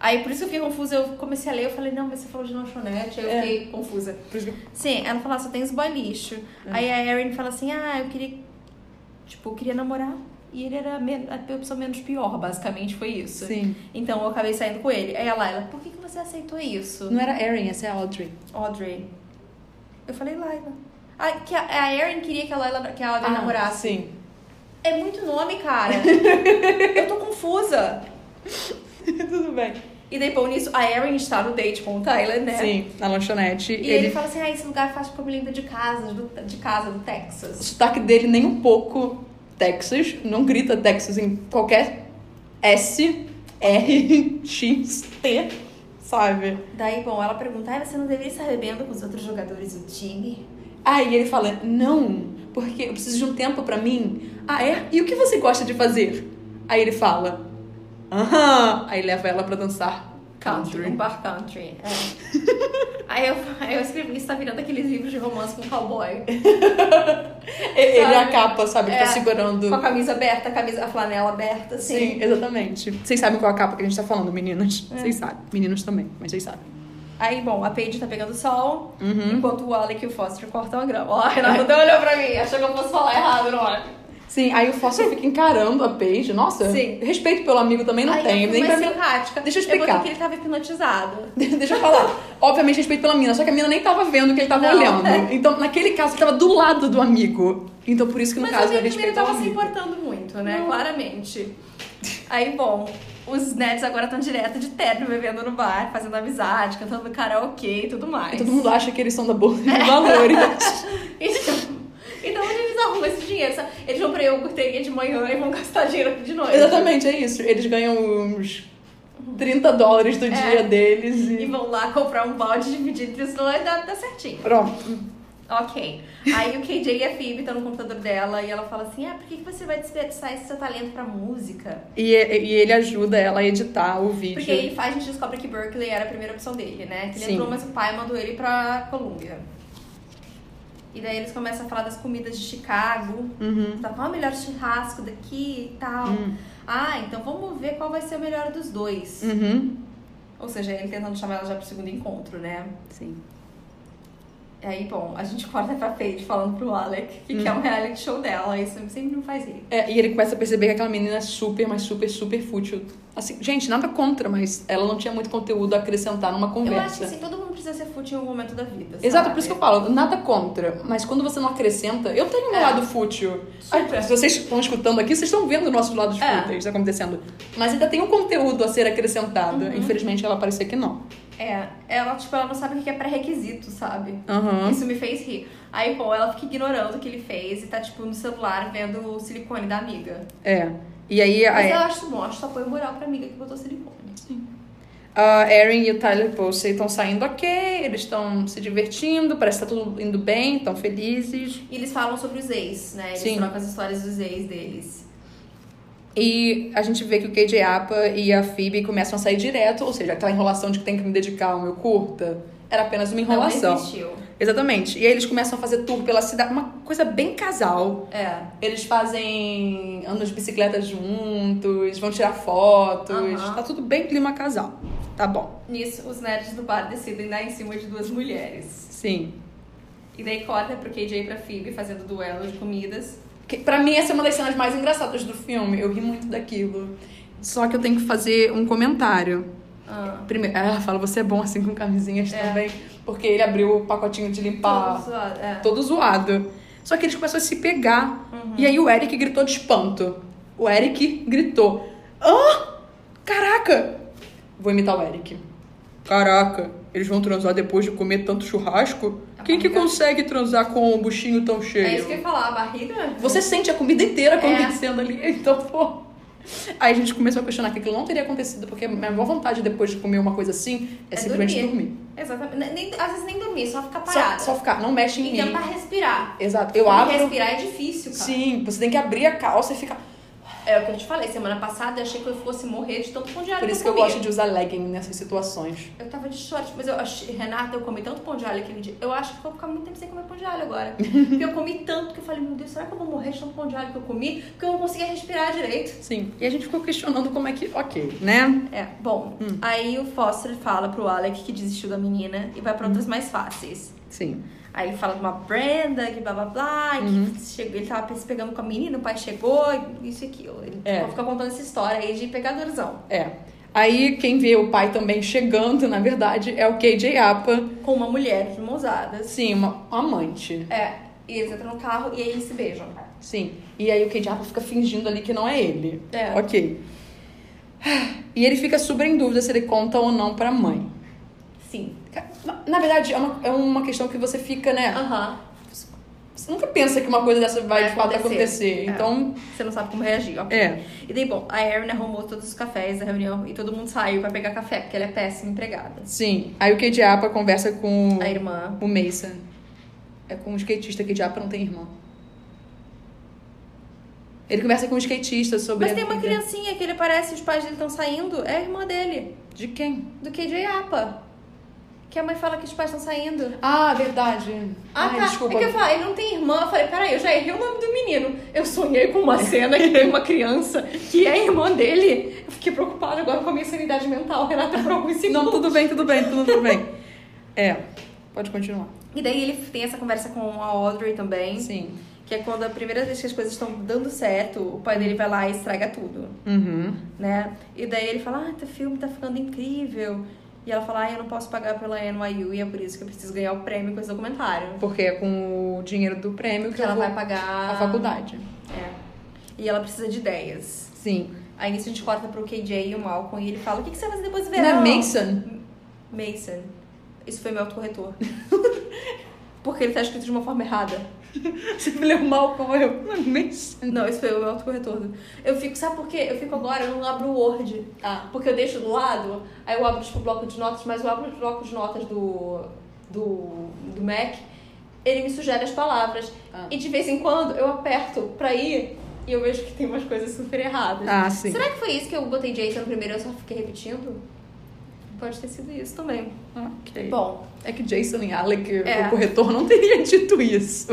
Aí por isso eu fiquei confusa, eu comecei a ler, eu falei, não, mas você falou de lanchonete, aí eu É. fiquei confusa. Por isso que- Sim, ela fala, só tem os boy lixo. É. Aí a Erin fala assim, ah, eu queria. Tipo, eu queria namorar. E ele era men- a opção menos pior, basicamente, foi isso. Sim. Então eu acabei saindo com ele. Aí ela, ela, por que, que você aceitou isso? Não era Erin, essa é a Audrey. Audrey. Eu falei, Laila. Ah, que a, a Erin queria que a Laila que a Audrey namorasse. Ah, Sim. É muito nome, cara. eu tô confusa. Tudo bem. E daí, bom, nisso, a Erin está no date com o Tyler, né? Sim, na lanchonete. E ele, fala assim, ah, esse lugar faz como lembra de casa, do- de casa do O Texas. sotaque dele nem um pouco Texas, não grita Texas em qualquer S, R, X, T, sabe? Daí, bom, ela pergunta, ah, você não deveria estar bebendo com os outros jogadores do time? Aí ele fala, não, porque eu preciso de um tempo pra mim. Ah, é? E o que você gosta de fazer? Aí ele fala, aham. Aí leva ela pra dançar Um country. bar country. É. aí, eu, aí eu escrevi, isso tá virando aqueles livros de romance com cowboy. E- Ele é a Sabe? capa, sabe? Ele É. Tá segurando. Com a camisa aberta, a, camisa, a flanela aberta, assim. Sim, exatamente. Vocês sabem qual é a capa que a gente tá falando, meninas. É. Vocês sabem. Meninos também, mas vocês sabem. Aí, bom, a Paige tá pegando sol, Uhum. enquanto o Alec e o Foster cortam a grama. Ó, a Renata até olhou pra mim, achou que eu fosse falar errado na hora. Sim, aí o Fóssil fica encarando a Paige. Nossa, Sim. respeito pelo amigo também não aí tem. eu fui Nem pra mais mim... simpática. Deixa eu Eu explicar. botei que ele tava hipnotizado. Deixa eu falar. Obviamente, respeito pela mina, só que a mina nem tava vendo o que ele tava Não. né? olhando. Então, naquele caso, ele tava do lado do amigo. Então, por isso que no Mas caso eu eu vi que ele respeito tava assim ao se amigo. importando muito, né? Claramente. Aí, bom, os Nets agora estão direto de terno, bebendo no bar, fazendo amizade, cantando karaokê e tudo mais. E todo mundo acha que eles são da bolsa de valores. então, onde eles arrumam esse dinheiro? Sabe? Eles vão pra iogurteria de manhã e vão gastar dinheiro de noite. Exatamente, é isso. Eles ganham uns 30 dólares do dia deles É. E e... vão lá comprar um balde, dividir entre os dois, dá, dá é certinho. Pronto. Ok. Aí o KJ e a Phoebe estão no computador dela e ela fala assim, ah, por que, que você vai desperdiçar esse seu talento pra música? E, e ele ajuda ela a editar o vídeo. Porque é aí a gente descobre que Berkeley era a primeira opção dele, né? Que ele Sim. entrou, mas o pai mandou ele pra Colômbia. E daí eles começam a falar das comidas de Chicago. Uhum. Hum. Tá, qual é o melhor churrasco daqui e tal? Ah, então vamos ver qual vai ser o melhor dos dois. Uhum. Ou seja, ele tentando chamar ela já pro segundo encontro, né? Sim. E aí, bom, a gente corta pra Paige falando pro Alec que Hum. quer um reality show dela. Isso sempre não faz ele. É, e ele começa a perceber que aquela menina é super, mas super, super fútil. Assim, gente, nada contra, mas ela não tinha muito conteúdo a acrescentar numa Eu acho que conversa. assim, todo mundo precisa ser fútil em algum momento da vida. Exato, sabe? por isso que eu falo, nada contra. Mas quando você não acrescenta, eu tenho um É. lado fútil. Super. Ai, se vocês estão escutando aqui, vocês estão vendo nossos lados É. fúteis tá acontecendo. Mas ainda tem um conteúdo a ser acrescentado. Uhum. Infelizmente, ela parecia que não. É, ela, tipo, ela não sabe o que é pré-requisito, sabe? Aham. Isso me fez rir. Aí, bom, ela fica ignorando o que ele fez e tá, tipo, no celular vendo o silicone da amiga. É. E aí, a, Mas eu acho isso bom, acho apoio moral pra amiga que botou silicone. a Erin e o Tyler Posey estão saindo ok, eles estão se divertindo, parece que tá tudo indo bem, estão felizes. E eles falam sobre os ex, né? Eles Sim. trocam as histórias dos ex deles. E a gente vê que o KJ Apa e a Phoebe começam a sair direto, ou seja, aquela enrolação de que tem que me dedicar ao meu curta era apenas uma Não enrolação. existiu. Exatamente. E aí eles começam a fazer tour pela cidade. Uma coisa bem casal. É. Eles fazem. andam de bicicleta juntos, vão tirar fotos. Aham. Tá tudo bem clima casal. Tá bom. Nisso, os nerds do bar decidem dar em cima de duas mulheres. Sim. E daí corta pro KJ e pra Phoebe fazendo duelo de comidas. Que, pra mim, essa é uma das cenas mais engraçadas do filme. Eu ri muito daquilo. Só que eu tenho que fazer um comentário. Ah. Primeiro, ela fala, você é bom assim com camisinhas É. também. Porque ele abriu o pacotinho de limpar Todo zoado, é. todo zoado. Só que eles começaram a se pegar. Uhum. E aí o Eric gritou de espanto. O Eric gritou. Ah! Caraca! Vou imitar o Eric. Caraca, eles vão transar depois de comer tanto churrasco? A Quem que barriga. consegue transar com um buchinho tão cheio? É isso que eu ia falar, a barriga. Você sente a comida inteira É. acontecendo ali, então, pô. Aí a gente começou a questionar que aquilo não teria acontecido, porque a minha maior vontade depois de comer uma coisa assim é, É simplesmente dormir. Exatamente. Nem- nem- às vezes nem dormir, só ficar Só, parada. só ficar, não mexe em E mim. tentar respirar. Exato. Eu Porque abro. respirar é difícil, cara. Sim, você tem que abrir a calça e ficar. É o que eu te falei, semana passada eu achei que eu fosse morrer de tanto pão de alho Por isso que eu eu comia. gosto de usar legging nessas situações. Eu tava de short, mas eu achei... Renata, eu comi tanto pão de alho aquele dia. Eu acho que eu vou ficar muito tempo sem comer pão de alho agora. Porque eu comi tanto que eu falei, meu Deus, será que eu vou morrer de tanto pão de alho que eu comi? Porque eu não conseguia respirar direito. Sim. E a gente ficou questionando como é que. Ok, né? É, bom, aí o Foster fala pro Alec que desistiu da menina e vai pra Hum. outras mais fáceis. Sim. Aí ele fala de uma Brenda, que blá blá blá, Uhum. que chegou, ele tava se pegando com a menina, o pai chegou, isso e aquilo. Ele É. fica contando essa história aí de pegadorzão. É. Aí quem vê o pai também chegando, na verdade, é o KJ Apa. Com uma mulher de mãos dadas. Sim, uma um amante. É, e eles entram no carro e aí eles se beijam. Sim. E aí o KJ Apa fica fingindo ali que não é ele. É. Ok. E ele fica super em dúvida se ele conta ou não pra mãe. Sim. Na- Na verdade, é uma, é uma questão que você fica, né? Aham. Você nunca pensa que uma coisa dessa vai Vai de fato acontecer. acontecer. É. Então, Você não sabe como reagir, ok. É. E daí, bom, a Erin arrumou todos os cafés da reunião e todo mundo saiu pra pegar café, porque ela é péssima empregada. sim. Aí o KJ Apa conversa com. A irmã. O Mason. É com um skatista que diabo não tem irmão. Ele conversa com um skatista sobre. Mas a tem uma vida. criancinha que ele parece, os pais dele estão saindo, é a irmã dele, De quem? do KJ Apa. Que a mãe fala que os pais estão saindo. Ah, verdade. Ah, Ai, tá. Desculpa. É que eu falei, ele não tem irmã. Eu falei, peraí, eu já errei o nome do menino. Eu sonhei com uma cena que tem uma criança que é irmã dele. Eu fiquei preocupada agora com a minha sanidade mental, Renata, por alguns segundos. Não, tudo bem, tudo bem, tudo, tudo bem. É, pode continuar. E daí ele tem essa conversa com a Audrey também, Sim. que é quando a primeira vez que as coisas estão dando certo, o pai dele vai lá e estraga tudo, Uhum. né? E daí ele fala, ah, teu filme tá ficando incrível. E ela fala, ah, eu não posso pagar pela NYU e é por isso que eu preciso ganhar o prêmio com esse documentário. Porque é com o dinheiro do prêmio que, Que ela eu vou vai pagar... a faculdade. É. E ela precisa de ideias. Sim. Aí nisso a gente corta pro KJ e o Malcolm e ele fala: O que, que você vai fazer depois do Não é verão? Mason? Mason. Isso foi meu autocorretor. Porque ele tá escrito de uma forma errada. Você me leu mal como eu. Não é Mason. Não, isso foi o meu autocorretor. Eu fico, sabe por quê? Eu fico agora, eu não abro o Word. Ah. Porque eu deixo do lado, aí eu abro tipo o bloco de notas, mas eu abro o bloco de notas do, do, do Mac, ele me sugere as palavras. Ah. E de vez em quando eu aperto pra ir e eu vejo que tem umas coisas super erradas. Ah, sim. Será que foi isso que eu botei Jason primeiro e eu só fiquei repetindo? Pode ter sido isso também. Ok. Bom, É que Jason e Alec, É. o corretor, não teria dito isso.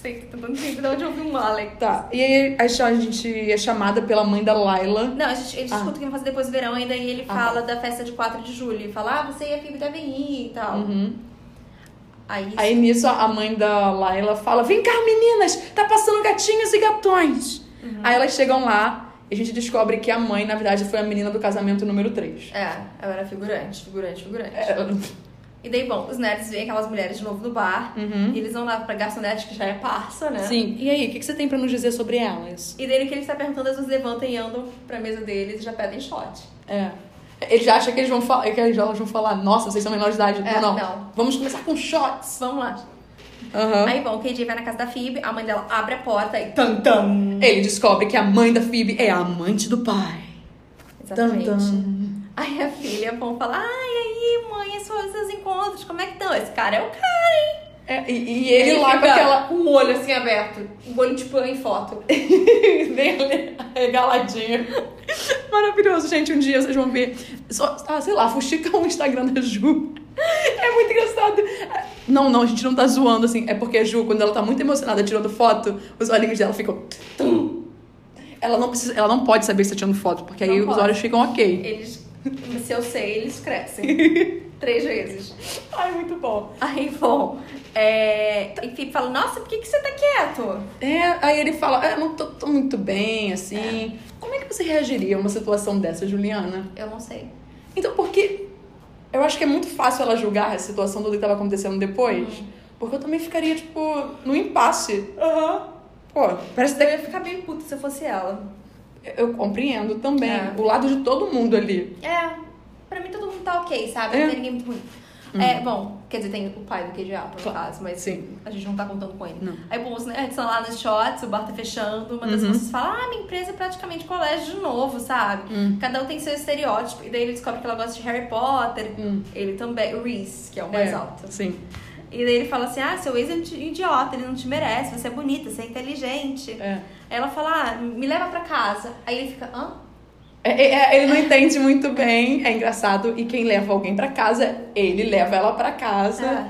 sei que tô tentando lembrar onde eu ouvi um Alec. Tá, e aí a cha- a gente é chamada pela mãe da Laila. Não, a gente, eles Ah. escutam o que vão fazer depois do verão e daí ele Ah. fala da festa de 4 de julho. E fala, ah, você e a Phoebe devem ir e tal. Aí, Uhum. Aí nisso a a mãe da Laila fala: Vem cá, meninas, tá passando gatinhos e gatões. Uhum. Aí elas chegam lá e a gente descobre que a mãe, na verdade, foi a menina do casamento número 3. É, eu era figurante, figurante, figurante. É, E daí, bom, os nerds veem aquelas mulheres de novo no bar. E eles vão lá pra garçonete, que já é parça, né? Uhum. sim. E aí, o que, que você tem pra nos dizer sobre elas? E dele que ele está perguntando, eles levantam e andam pra mesa deles e já pedem shot. É. Eles acham que eles vão falar, que eles vão falar, nossa, vocês são menores de idade. É, não, não. Vamos começar com shots. Vamos lá. Aham. Aí, bom, o KJ vai na casa da Phoebe, a mãe dela abre a porta e... Tam, tam. Ele descobre que a mãe da Phoebe é a amante do pai. Exatamente. Tum, tum. Aí a filha, bom, fala, ai, aí, mãe, esses foram os seus encontros, como é que estão? Esse cara é o cara, hein? É, e, e ele, Aí lá com fica aquela com o olho assim aberto, o olho tipo em foto. dele regaladinha. Maravilhoso, gente. Um dia vocês vão ver. Só, ah, sei lá, fuxica o Instagram da Ju. É muito engraçado. Não, não, a gente não tá zoando, assim. É porque a Ju, quando ela tá muito emocionada tirando foto, os olhinhos dela ficam. tum. Ela não, precisa, ela não pode saber que você tá tirando foto, porque Não aí os pode. olhos ficam ok. Eles, se eu sei, eles crescem. Três vezes. Ai, muito bom. Aí vão. É, e Felipe fala, nossa, por que, que você tá quieto? É, aí ele fala, eu não tô, tô muito bem, assim. Como é que você reagiria a uma situação dessa, Juliana? Eu não sei. Então, porque eu acho que é muito fácil ela julgar a situação do que tava acontecendo depois. Uhum. Porque eu também ficaria, tipo, no impasse. Aham. Pô, parece Eu até ia ficar bem puta se eu fosse ela. Eu compreendo também É. o lado de todo mundo ali. É, pra mim todo mundo tá ok, sabe? É. Hum. Não tem ninguém muito ruim. É, bom, quer dizer, tem o pai do QGA, por acaso, mas Sim. a gente não tá contando com ele. Não. Uhum. Aí, né, bom, os nerds são lá nos shots, o bar tá fechando, uma das moças fala, ah, minha empresa é praticamente colégio de novo, sabe? Hum. Cada um tem seu estereótipo. E daí ele descobre que ela gosta de Harry Potter, Hum. ele também, o Reese, que é o mais alto. Sim. E daí ele fala assim, ah, seu ex é um ti- idiota, ele não te merece, você é bonita, você é inteligente. É. Aí ela fala, ah, me leva pra casa. Aí ele fica, hã? É, é, é, ele não entende muito bem, é engraçado. E quem leva alguém pra casa, ele leva ela pra casa. É.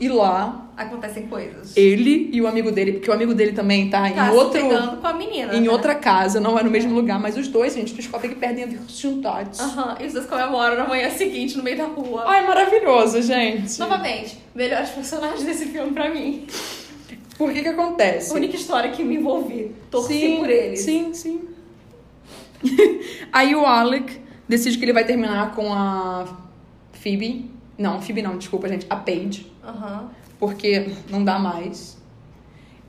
E lá, Acontecem coisas. ele e o amigo dele, porque o amigo dele também tá, tá em se outro. pegando com a menina. Em né? outra casa, não é no mesmo lugar, mas os dois, a gente descobre que perdem a virgindade. Aham, e os dois comemoram na manhã seguinte, no meio da rua. Ai, maravilhoso, gente. Novamente, melhores personagens desse filme pra mim. Por que que acontece? A única história que me envolvi. Torci sim, por eles. Sim, sim. Aí o Alec decide que ele vai terminar com a Phoebe. Não, Phoebe não, desculpa, gente. A Paige. Aham. Porque não dá mais.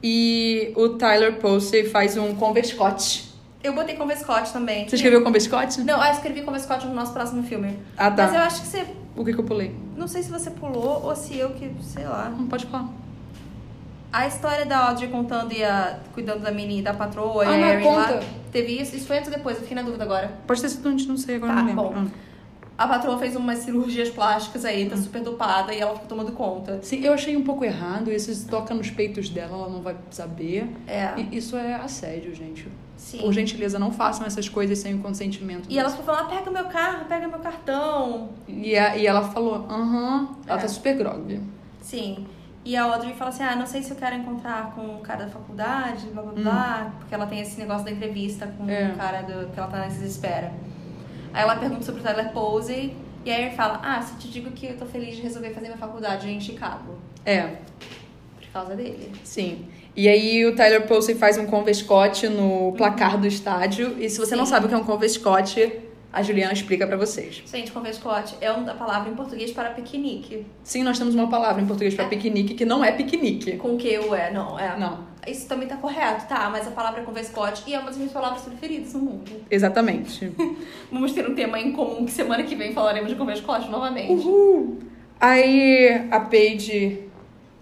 E o Tyler Posey faz um converscote. Eu botei com Vescote também. Você escreveu converscote? Não, ah, eu escrevi com Vescote no nosso próximo filme. Ah, tá. Mas eu acho que você. O que que eu pulei? Não sei se você pulou ou se eu que. sei lá. Não pode falar. A história da Audrey contando e a, cuidando da menina e da patroa Ah, e não, a Erin lá. conta. Teve isso? Isso foi antes ou depois? Eu fiquei na dúvida agora. Pode ter sido antes, não sei, agora Tá, não lembro. bom. Ah. A patroa fez umas cirurgias plásticas aí, tá Uhum. super dopada e ela ficou tomando conta. Sim, eu achei um pouco errado. Isso se toca nos peitos dela, ela não vai saber. É. E isso é assédio, gente. Sim. Por gentileza, não façam essas coisas sem o consentimento. E ela desse- ficou falando, ah, pega meu carro, pega meu cartão. E, a- e ela falou, aham, ela É. tá super grog. Sim. E a Audrey fala assim, ah, não sei se eu quero encontrar com o cara da faculdade, blá blá blá. Porque ela tem esse negócio da entrevista com É. o cara do, que ela tá na espera. Aí ela pergunta sobre o Tyler Posey. E aí ele fala, ah, se te digo que eu tô feliz de resolver fazer minha faculdade em Chicago. É, Por causa dele. sim. E aí o Tyler Posey faz um convescote no placar do estádio. E se você não Sim. sabe o que é um convescote, a Juliana explica pra vocês. Gente, convescote é uma palavra em português para piquenique. Sim, nós temos uma palavra em português pra É. piquenique que não é piquenique. Com que eu é, não, é. Não, Isso também tá correto, tá? Mas a palavra é convescote e é uma das minhas palavras preferidas no mundo. exatamente. Vamos ter um tema em comum que semana que vem falaremos de Conversa Costa novamente. Uhul! Aí a Paige,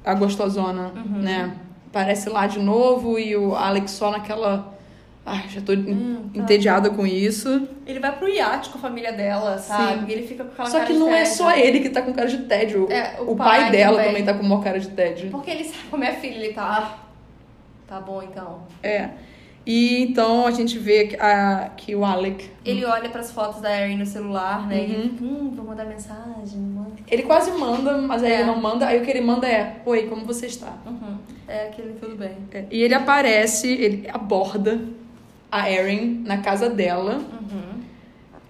a gostosona, Uhum. né? Aparece lá de novo e o Alex só naquela. Ai, já tô en- tá. entediada com isso. Ele vai pro iate com a família dela, sabe? Sim. E ele fica com aquela Só cara que de não é tédio. só ele que tá com cara de tédio. É, o, pai, dela também. tá tá com uma cara de tédio. Porque ele sabe como é filho, ele tá. Ah, tá bom então. É. E então a gente vê que, a- que o Alec. Ele olha pras fotos da Erin no celular, né? E Uhum. ele fica, hum, vou mandar mensagem, manda. Ele quase manda, mas aí É. ele não manda. Aí o que ele manda é: Oi, como você está? Uhum. É aquele tudo bem. É, E ele aparece, ele aborda a Erin na casa dela. Uhum.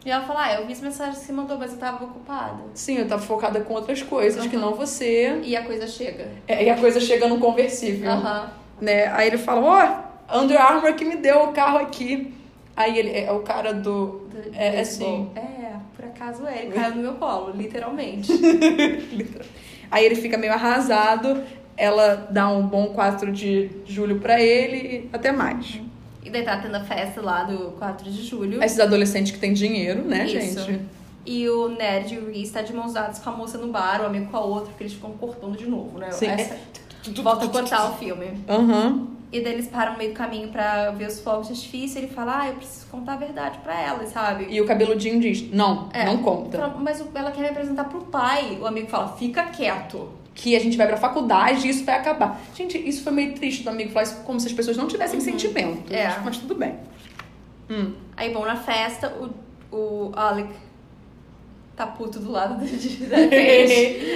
E ela fala, ah, eu vi as mensagens que você mandou, mas eu tava ocupada. Sim, eu tava focada com outras coisas que não você. E a coisa chega. É, e a coisa chega num conversível. Aham. Né? Aí ele fala: Ó, Under Armour que me deu o carro aqui. Aí ele é o cara do. Do- É, é do- assim. É, por acaso é. Ele caiu no meu colo, literalmente. Aí ele fica meio arrasado, ela dá um bom 4 de julho pra ele e até mais. E daí tá tendo a festa lá do 4 de julho. Esses adolescentes que têm dinheiro, né, Uhum. Isso. gente? E o Nerd e o Reese tá de mãos dadas com a moça no bar, o amigo com a outra, porque eles ficam cortando de novo, né? Sim. É Essa... Volta a cortar o filme. Aham. E daí eles param no meio do caminho pra ver os fogos de artifício e ele fala, ah, eu preciso contar a verdade pra ela, sabe? E o cabeludinho diz: Não, É. não conta. Fala, Mas o- ela quer me apresentar pro pai. O amigo fala, fica quieto. Que a gente vai pra faculdade e isso vai acabar. Gente, isso foi meio triste do amigo falar isso como se as pessoas não tivessem sentimento. É. Mas tudo bem. Aí vão na festa, o, o Alec tá puto do lado da gente.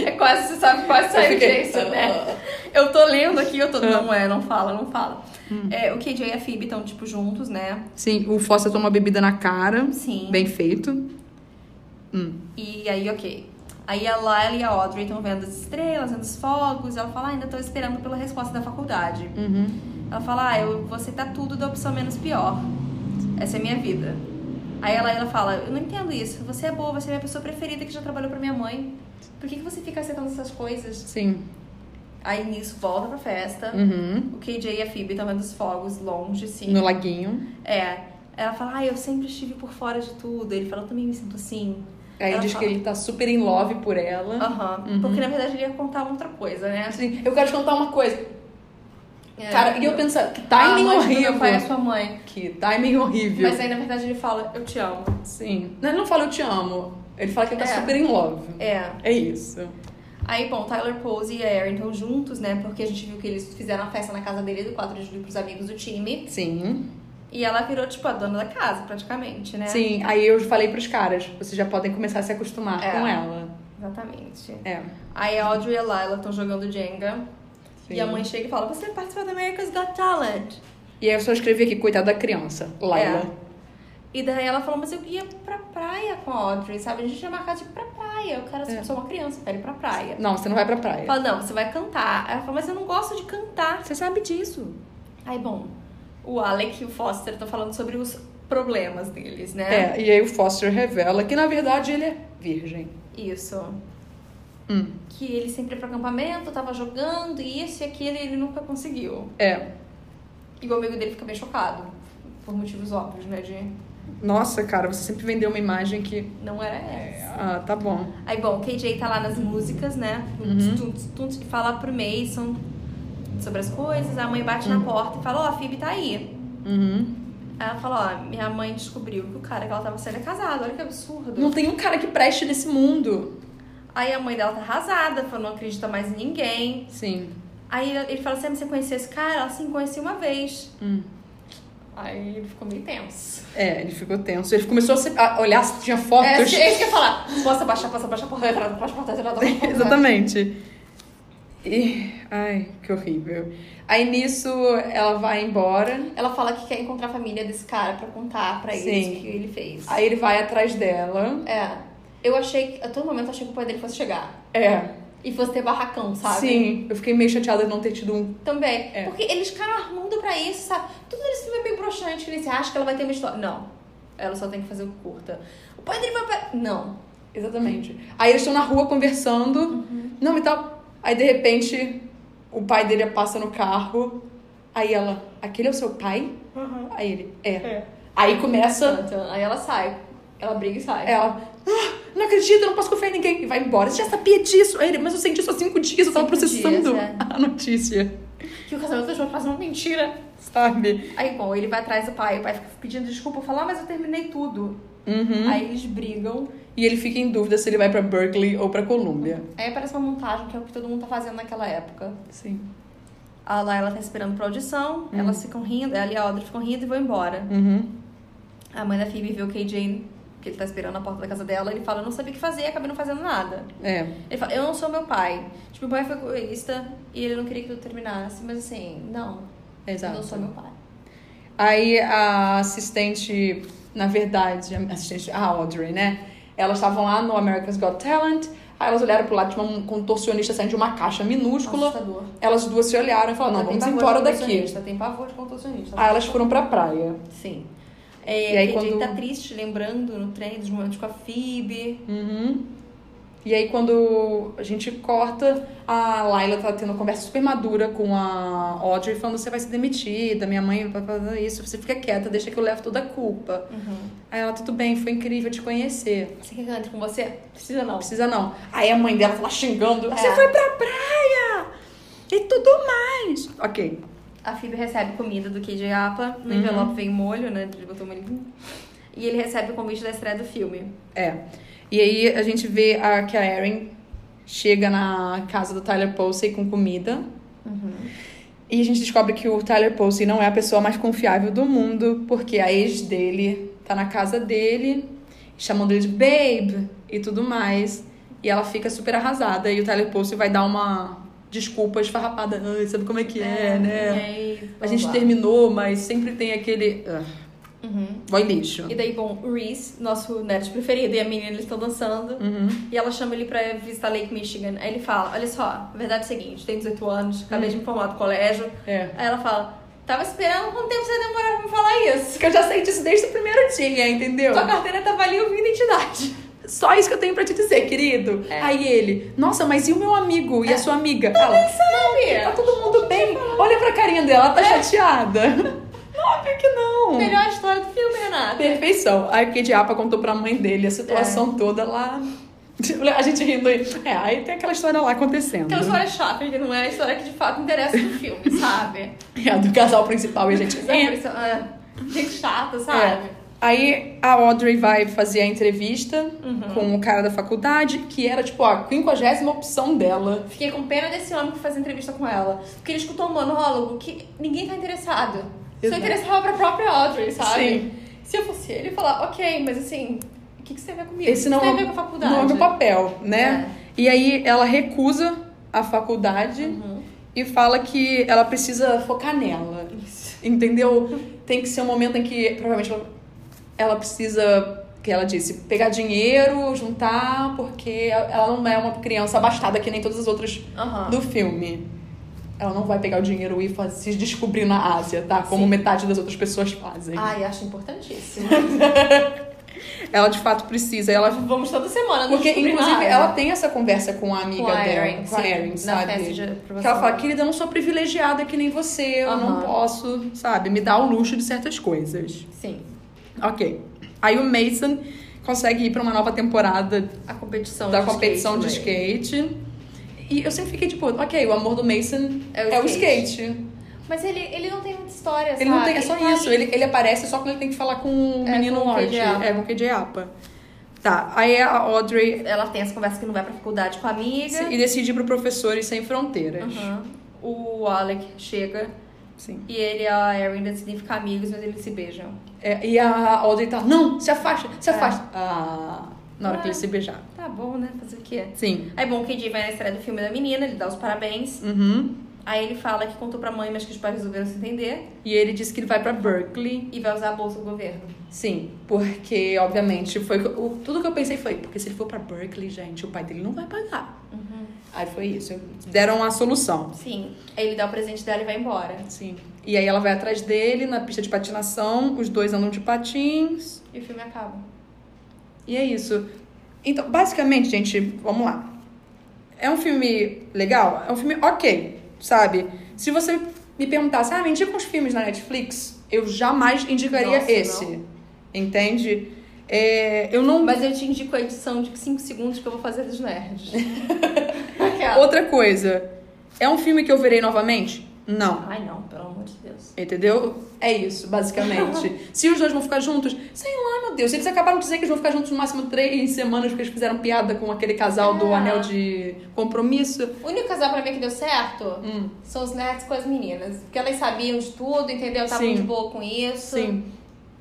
é quase, você sabe, quase saiu fiquei- Jason, né? Eu tô lendo aqui, eu tô. Não é, não fala, não fala. É, o KJ e a Phoebe estão, tipo, juntos, né? Sim, o Foster toma bebida na cara. Sim. Bem feito. E aí, ok. Aí a Lyle e a Audrey estão vendo as estrelas, vendo os fogos. Ela fala, ah, ainda tô esperando pela resposta da faculdade. Uhum. Ela fala, ah, eu vou aceitar tudo da opção menos pior. Essa é minha vida. Aí ela, ela fala, eu não entendo isso. Você é boa, você é minha pessoa preferida que já trabalhou pra minha mãe. Por que, que você fica aceitando essas coisas? Sim. Aí nisso volta pra festa. Uhum. O KJ e a Phoebe estão vendo os fogos longe, assim. No laguinho. É. Ela fala, ah, eu sempre estive por fora de tudo. Ele fala, eu também me sinto assim. Aí Ela diz fala- Ah. que ele tá super in love por ela. Aham. Porque Uhum. na verdade ele ia contar outra coisa, né? Assim, eu quero te contar uma coisa. É. Cara, e eu pensando, que A timing mãe do horrível. Meu pai é sua mãe. Que timing horrível. Mas aí na verdade ele fala, eu te amo. Sim. Não, ele não fala eu te amo. Ele fala que ele tá É. super in love. É. É isso. Aí, bom, Tyler Pose e a Erin estão juntos, né? Porque a gente viu que eles fizeram a festa na casa dele do 4 de julho pros amigos do time. Sim. E ela virou, tipo, a dona da casa, praticamente, né? Sim. Aí eu falei pros caras, vocês já podem começar a se acostumar É. com ela. Exatamente. É. Aí a Audrey e a Lila estão jogando Jenga. Sim. E a mãe chega e fala, você participou do America's Got Talent. E aí eu só escrevi aqui, coitada da criança. Laila. E daí ela falou, mas eu ia pra praia com a Audrey, sabe? A gente ia marcar de ir pra praia. Eu quero É. sou uma criança, eu quero ir pra praia. Não, você não vai pra praia. É. Fala, não, você vai cantar. Ela fala, mas eu não gosto de cantar. Você sabe disso. Aí, bom, o Alec e o Foster estão falando sobre os problemas deles, né? É. e aí o Foster revela que na verdade ele é virgem. Isso. Hum. Que ele sempre ia pro acampamento, tava jogando, e isso e aquilo, e ele nunca conseguiu. É. E o amigo dele fica bem chocado. Por motivos óbvios, né? De Nossa, cara, você sempre vendeu uma imagem que. não era essa. Ah, tá bom. Aí, bom, o KJ tá lá nas músicas, né? Uhum. Tuts, tuts, tuts, E fala pro Mason sobre as coisas. A mãe bate na porta e fala, ó, a Phoebe tá aí. Uhum. Aí ela fala, ó, minha mãe descobriu que o cara que ela tava saindo é casado. Olha que absurdo. Não tem um cara que preste nesse mundo. Aí a mãe dela tá arrasada, falou, não acredita mais em ninguém. Sim. Aí ele fala assim, "Ah, mas você conheceu esse cara? Ela assim, conheci uma vez. Hum. Aí ele ficou meio tenso. É, ele ficou tenso. Ele começou a, se- a olhar se tinha É, fotos. isso que eu ia falar. Posso abaixar, posso abaixar, posso entrar, posso porta, entrar, posso entrar. Exatamente. E... Ai, que horrível. Aí nisso ela vai embora. Ela fala que quer encontrar a família desse cara pra contar pra eles Sim. o que ele fez. Aí ele vai atrás dela. É. Eu achei, que- a todo momento eu achei que o pai dele fosse chegar. É. E fosse ter barracão, sabe? Sim. Eu fiquei meio chateada de não ter tido um Também. É. Porque eles ficaram armando pra isso, sabe? Tudo nesse filme é meio broxante, que eles acham que ela vai ter uma história. Não. Ela só tem que fazer o curta. O pai dele vai pra... Não. Exatamente. Aí eles estão na rua conversando. Uhum. Não, e tal. Aí de repente o pai dele passa no carro. Aí ela, aquele é o seu pai? Aí ele, é. É. Aí começa Então, aí ela sai. Ela briga e sai. ela, ah, não acredito, eu não posso confiar em ninguém. E vai embora. Você já sabia disso? Aí ele, mas eu sei disso há cinco dias, eu tava Cinco processando dias, é. a notícia. Que o casamento das pessoas faz uma mentira. Sabe? Aí, bom, ele vai atrás do pai. O pai fica pedindo desculpa. Fala, ah, mas eu terminei tudo. Uhum. Aí eles brigam. E ele fica em dúvida se ele vai pra Berkeley ou pra Colômbia. Aí aparece uma montagem, que é o que todo mundo tá fazendo naquela época. Sim. A Laila tá esperando pra Hum. audição. Elas ficam rindo. Ela e a Audrey ficam rindo e vão embora. Uhum. A mãe da Phoebe vê o KJ, que ele tá esperando na porta da casa dela, ele fala, eu não sabia o que fazer, acabei não fazendo nada. É. Ele fala, eu não sou meu pai. Tipo, meu pai foi egoísta e ele não queria que eu terminasse, mas assim, não, eu Exato. não sou meu pai. Aí a assistente, na verdade, a assistente, a Audrey, né? Elas estavam lá no America's Got Talent. Aí elas olharam pro lado, tinha um contorcionista saindo de uma caixa minúscula. Assustador. Elas duas se olharam e falaram, não, Tem vamos pavor de embora daqui. contorcionista, Tem pavor de contorcionista. Aí elas foram pra praia. Sim. É, E aí, o KJ quando- tá triste, lembrando no trem dos momentos com a Phoebe. Uhum. E aí quando a gente corta, a Laila tá tendo uma conversa super madura com a Audrey, falando, você vai ser demitida, minha mãe vai fazer isso, você fica quieta, deixa que eu levo toda a culpa. Aí ela, tudo bem, foi incrível te conhecer. Você quer que eu entre com você? Precisa não. Não precisa não. Aí a mãe dela tá lá xingando. É. Você foi pra praia! E tudo mais. Ok. A Phoebe recebe comida do KJ Apa. No Uhum. envelope vem molho, né? Ele botou molho. E ele recebe o convite da estreia do filme. É. E aí a gente vê a, que a Erin chega na casa do Tyler Posey com comida. Uhum. E a gente descobre que o Tyler Posey não é a pessoa mais confiável do mundo, porque a ex dele tá na casa dele. chamando ele de babe e tudo mais. E ela fica super arrasada. E o Tyler Postle vai dar uma desculpa esfarrapada. Ai, sabe como é que é, né? A gente terminou, mas sempre tem aquele. ah, Uhum. Vai lixo. E daí, bom, o Reese, nosso nerd preferido, e a menina, eles estão dançando. Uhum. E ela chama ele pra visitar Lake Michigan. Aí ele fala: Olha só, a verdade é a seguinte: tem 18 anos, acabei Uhum. de me formar do colégio. É. Aí ela fala: Tava esperando quanto tempo você demorava pra me falar isso? Porque eu já sei disso desde o primeiro dia, entendeu? Sua carteira tava ali, eu vi a identidade. Só isso que eu tenho pra te dizer, querido. É. Aí ele, nossa, mas e o meu amigo e a sua amiga? Ela, Sabe? tá todo mundo bem. Olha pra carinha dela, ela tá chateada. Óbvio que não. Melhor história do filme, Renata. Perfeição. Aí o Kid Apa contou pra mãe dele a situação toda lá. A gente rindo aí. É, aí tem aquela história lá acontecendo. Aquela Então, história chata, que não é a história que de fato interessa no filme, sabe? É, a do casal principal e a gente. Sabe, isso- ah, Gente chata, sabe? É. Aí a Audrey vai fazer a entrevista com o cara da faculdade, que era tipo a quinquagésima opção dela. Fiquei com pena desse homem que faz entrevista com ela. Porque ele escutou um monólogo que ninguém tá interessado. Só Exato. interessava pra própria Audrey, sabe? Sim. Se eu fosse ele, eu ia falar, ok, mas assim, o que, que você tem a ver comigo? Esse não, o que você tem a é- ver com a faculdade? É. não é meu papel, né? E aí ela recusa a faculdade Uhum. e fala que ela precisa focar nela. Isso. Entendeu? Tem que ser um momento em que provavelmente ela- ela precisa, que ela disse, pegar dinheiro, juntar, porque ela não é uma criança abastada que nem todas as outras Aham. do filme. Ela não vai pegar o dinheiro e fa- se descobrir na Ásia, tá? Como Sim. Ah. metade das outras pessoas fazem. Ai, acho importantíssimo. Ela de fato precisa. Ela Vamos toda semana, nos Porque, descobrir inclusive, nada. ela tem essa conversa com a amiga Com a dela, Erin, com a sim, Erin, na sabe? festa de que ela aprovação. fala, querida, eu não sou privilegiada que nem você, eu não Aham. posso, sabe, me dar o luxo de certas coisas. Sim. Ok. Aí o Mason consegue ir pra uma nova temporada A competição da de competição de skate. né? skate. E eu sempre fiquei tipo, ok, o amor do Mason É o é o skate. skate. né? Mas ele, ele não tem muita história, Ele sabe? não tem, é só tá isso. ali- Ele, ele aparece só quando ele tem que falar com o É, menino com o Lorde. KJ Apa. É, com o KJ Apa. Tá, aí a Audrey Ela tem essa conversa que não vai pra faculdade com a amiga. e decide ir pro Professores Sem Fronteiras. Aham. O Alec chega Sim. e ele e a Erin decidem ficar amigos, mas eles se beijam. É, e a Audrey tá, não, se afasta, se É. afasta. Ah, na hora Ah. que eles se beijar. Tá bom, né? Fazer o quê? Sim. Aí, bom, o KJ vai na estreia do filme da menina, ele dá os parabéns. Uhum. Aí ele fala que contou pra mãe, mas que os pais resolveram se entender. E ele disse que ele vai pra Berkeley. E vai usar a bolsa do governo. Sim. Porque, obviamente, foi. o que eu- o- tudo que eu pensei foi, porque se ele for pra Berkeley, gente, o pai dele não vai pagar. Aí foi isso. Deram a solução. Sim. Aí ele dá o presente dela e vai embora. Sim. E aí ela vai atrás dele na pista de patinação, os dois andam de patins. E o filme acaba. E é isso. Então, basicamente, gente, vamos lá. É um filme legal? É um filme ok, sabe? Se você me perguntasse, ah, me indica uns filmes na Netflix, eu jamais indicaria Nossa, esse. Entende? É, eu não. Mas eu te indico a edição de 5 segundos que eu vou fazer dos nerds. Aquela. Outra coisa. É um filme que eu verei novamente? Não. Ai, não, pelo amor de Deus. Entendeu? É isso, basicamente. Se os dois vão ficar juntos, sei lá, meu Deus. Eles acabaram de dizer que eles vão ficar juntos no máximo três semanas porque eles fizeram piada com aquele casal do Ah. anel de compromisso. O único casal pra mim que deu certo Hum. são os nerds com as meninas. Porque elas sabiam de tudo, entendeu? Estavam Sim. de boa com isso. Sim.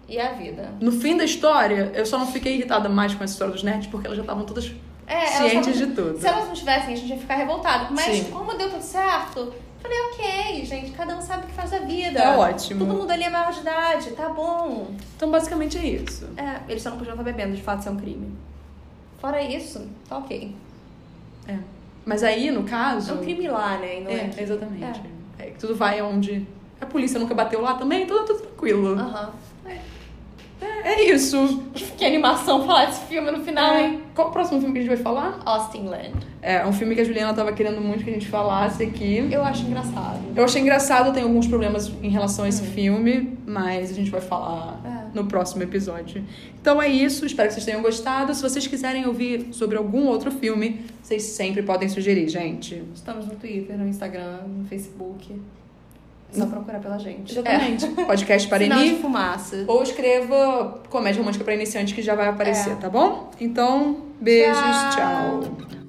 E a vida. No fim da história, eu só não fiquei irritada mais com essa história dos nerds, porque elas já estavam todas É, elas cientes estavam- é de tudo. Se elas não tivessem, a gente ia ficar revoltado. Mas Sim. como deu tudo certo, falei, ok, gente, cada um sabe o que faz da vida. É ótimo. Todo mundo ali é maior de idade, tá bom. Então, basicamente é isso. É, eles só não podiam estar bebendo, de fato, isso é um crime. Fora isso, tá ok. É. Mas aí, no caso. É um crime lá, né? E não é, É, aqui. exatamente. É, que tudo vai onde. A polícia nunca bateu lá também, tudo, tudo tranquilo. Aham. É, é isso. Que animação falar desse filme no final, hein? Qual o próximo filme que a gente vai falar? Austin Land. É, um filme que a Juliana tava querendo muito que a gente falasse aqui. Eu acho engraçado. Eu achei engraçado, tem alguns problemas em relação a esse filme, mas a gente vai falar Uhum. É. no próximo episódio. Então é isso, espero que vocês tenham gostado. Se vocês quiserem ouvir sobre algum outro filme, vocês sempre podem sugerir, gente. Estamos no Twitter, no Instagram, no Facebook. É só procurar pela gente. Exatamente. Podcast É. para Sinal de Eni. fumaça. Ou escreva comédia romântica para iniciante que já vai aparecer, É. tá bom? Então, beijos, Tchau. tchau.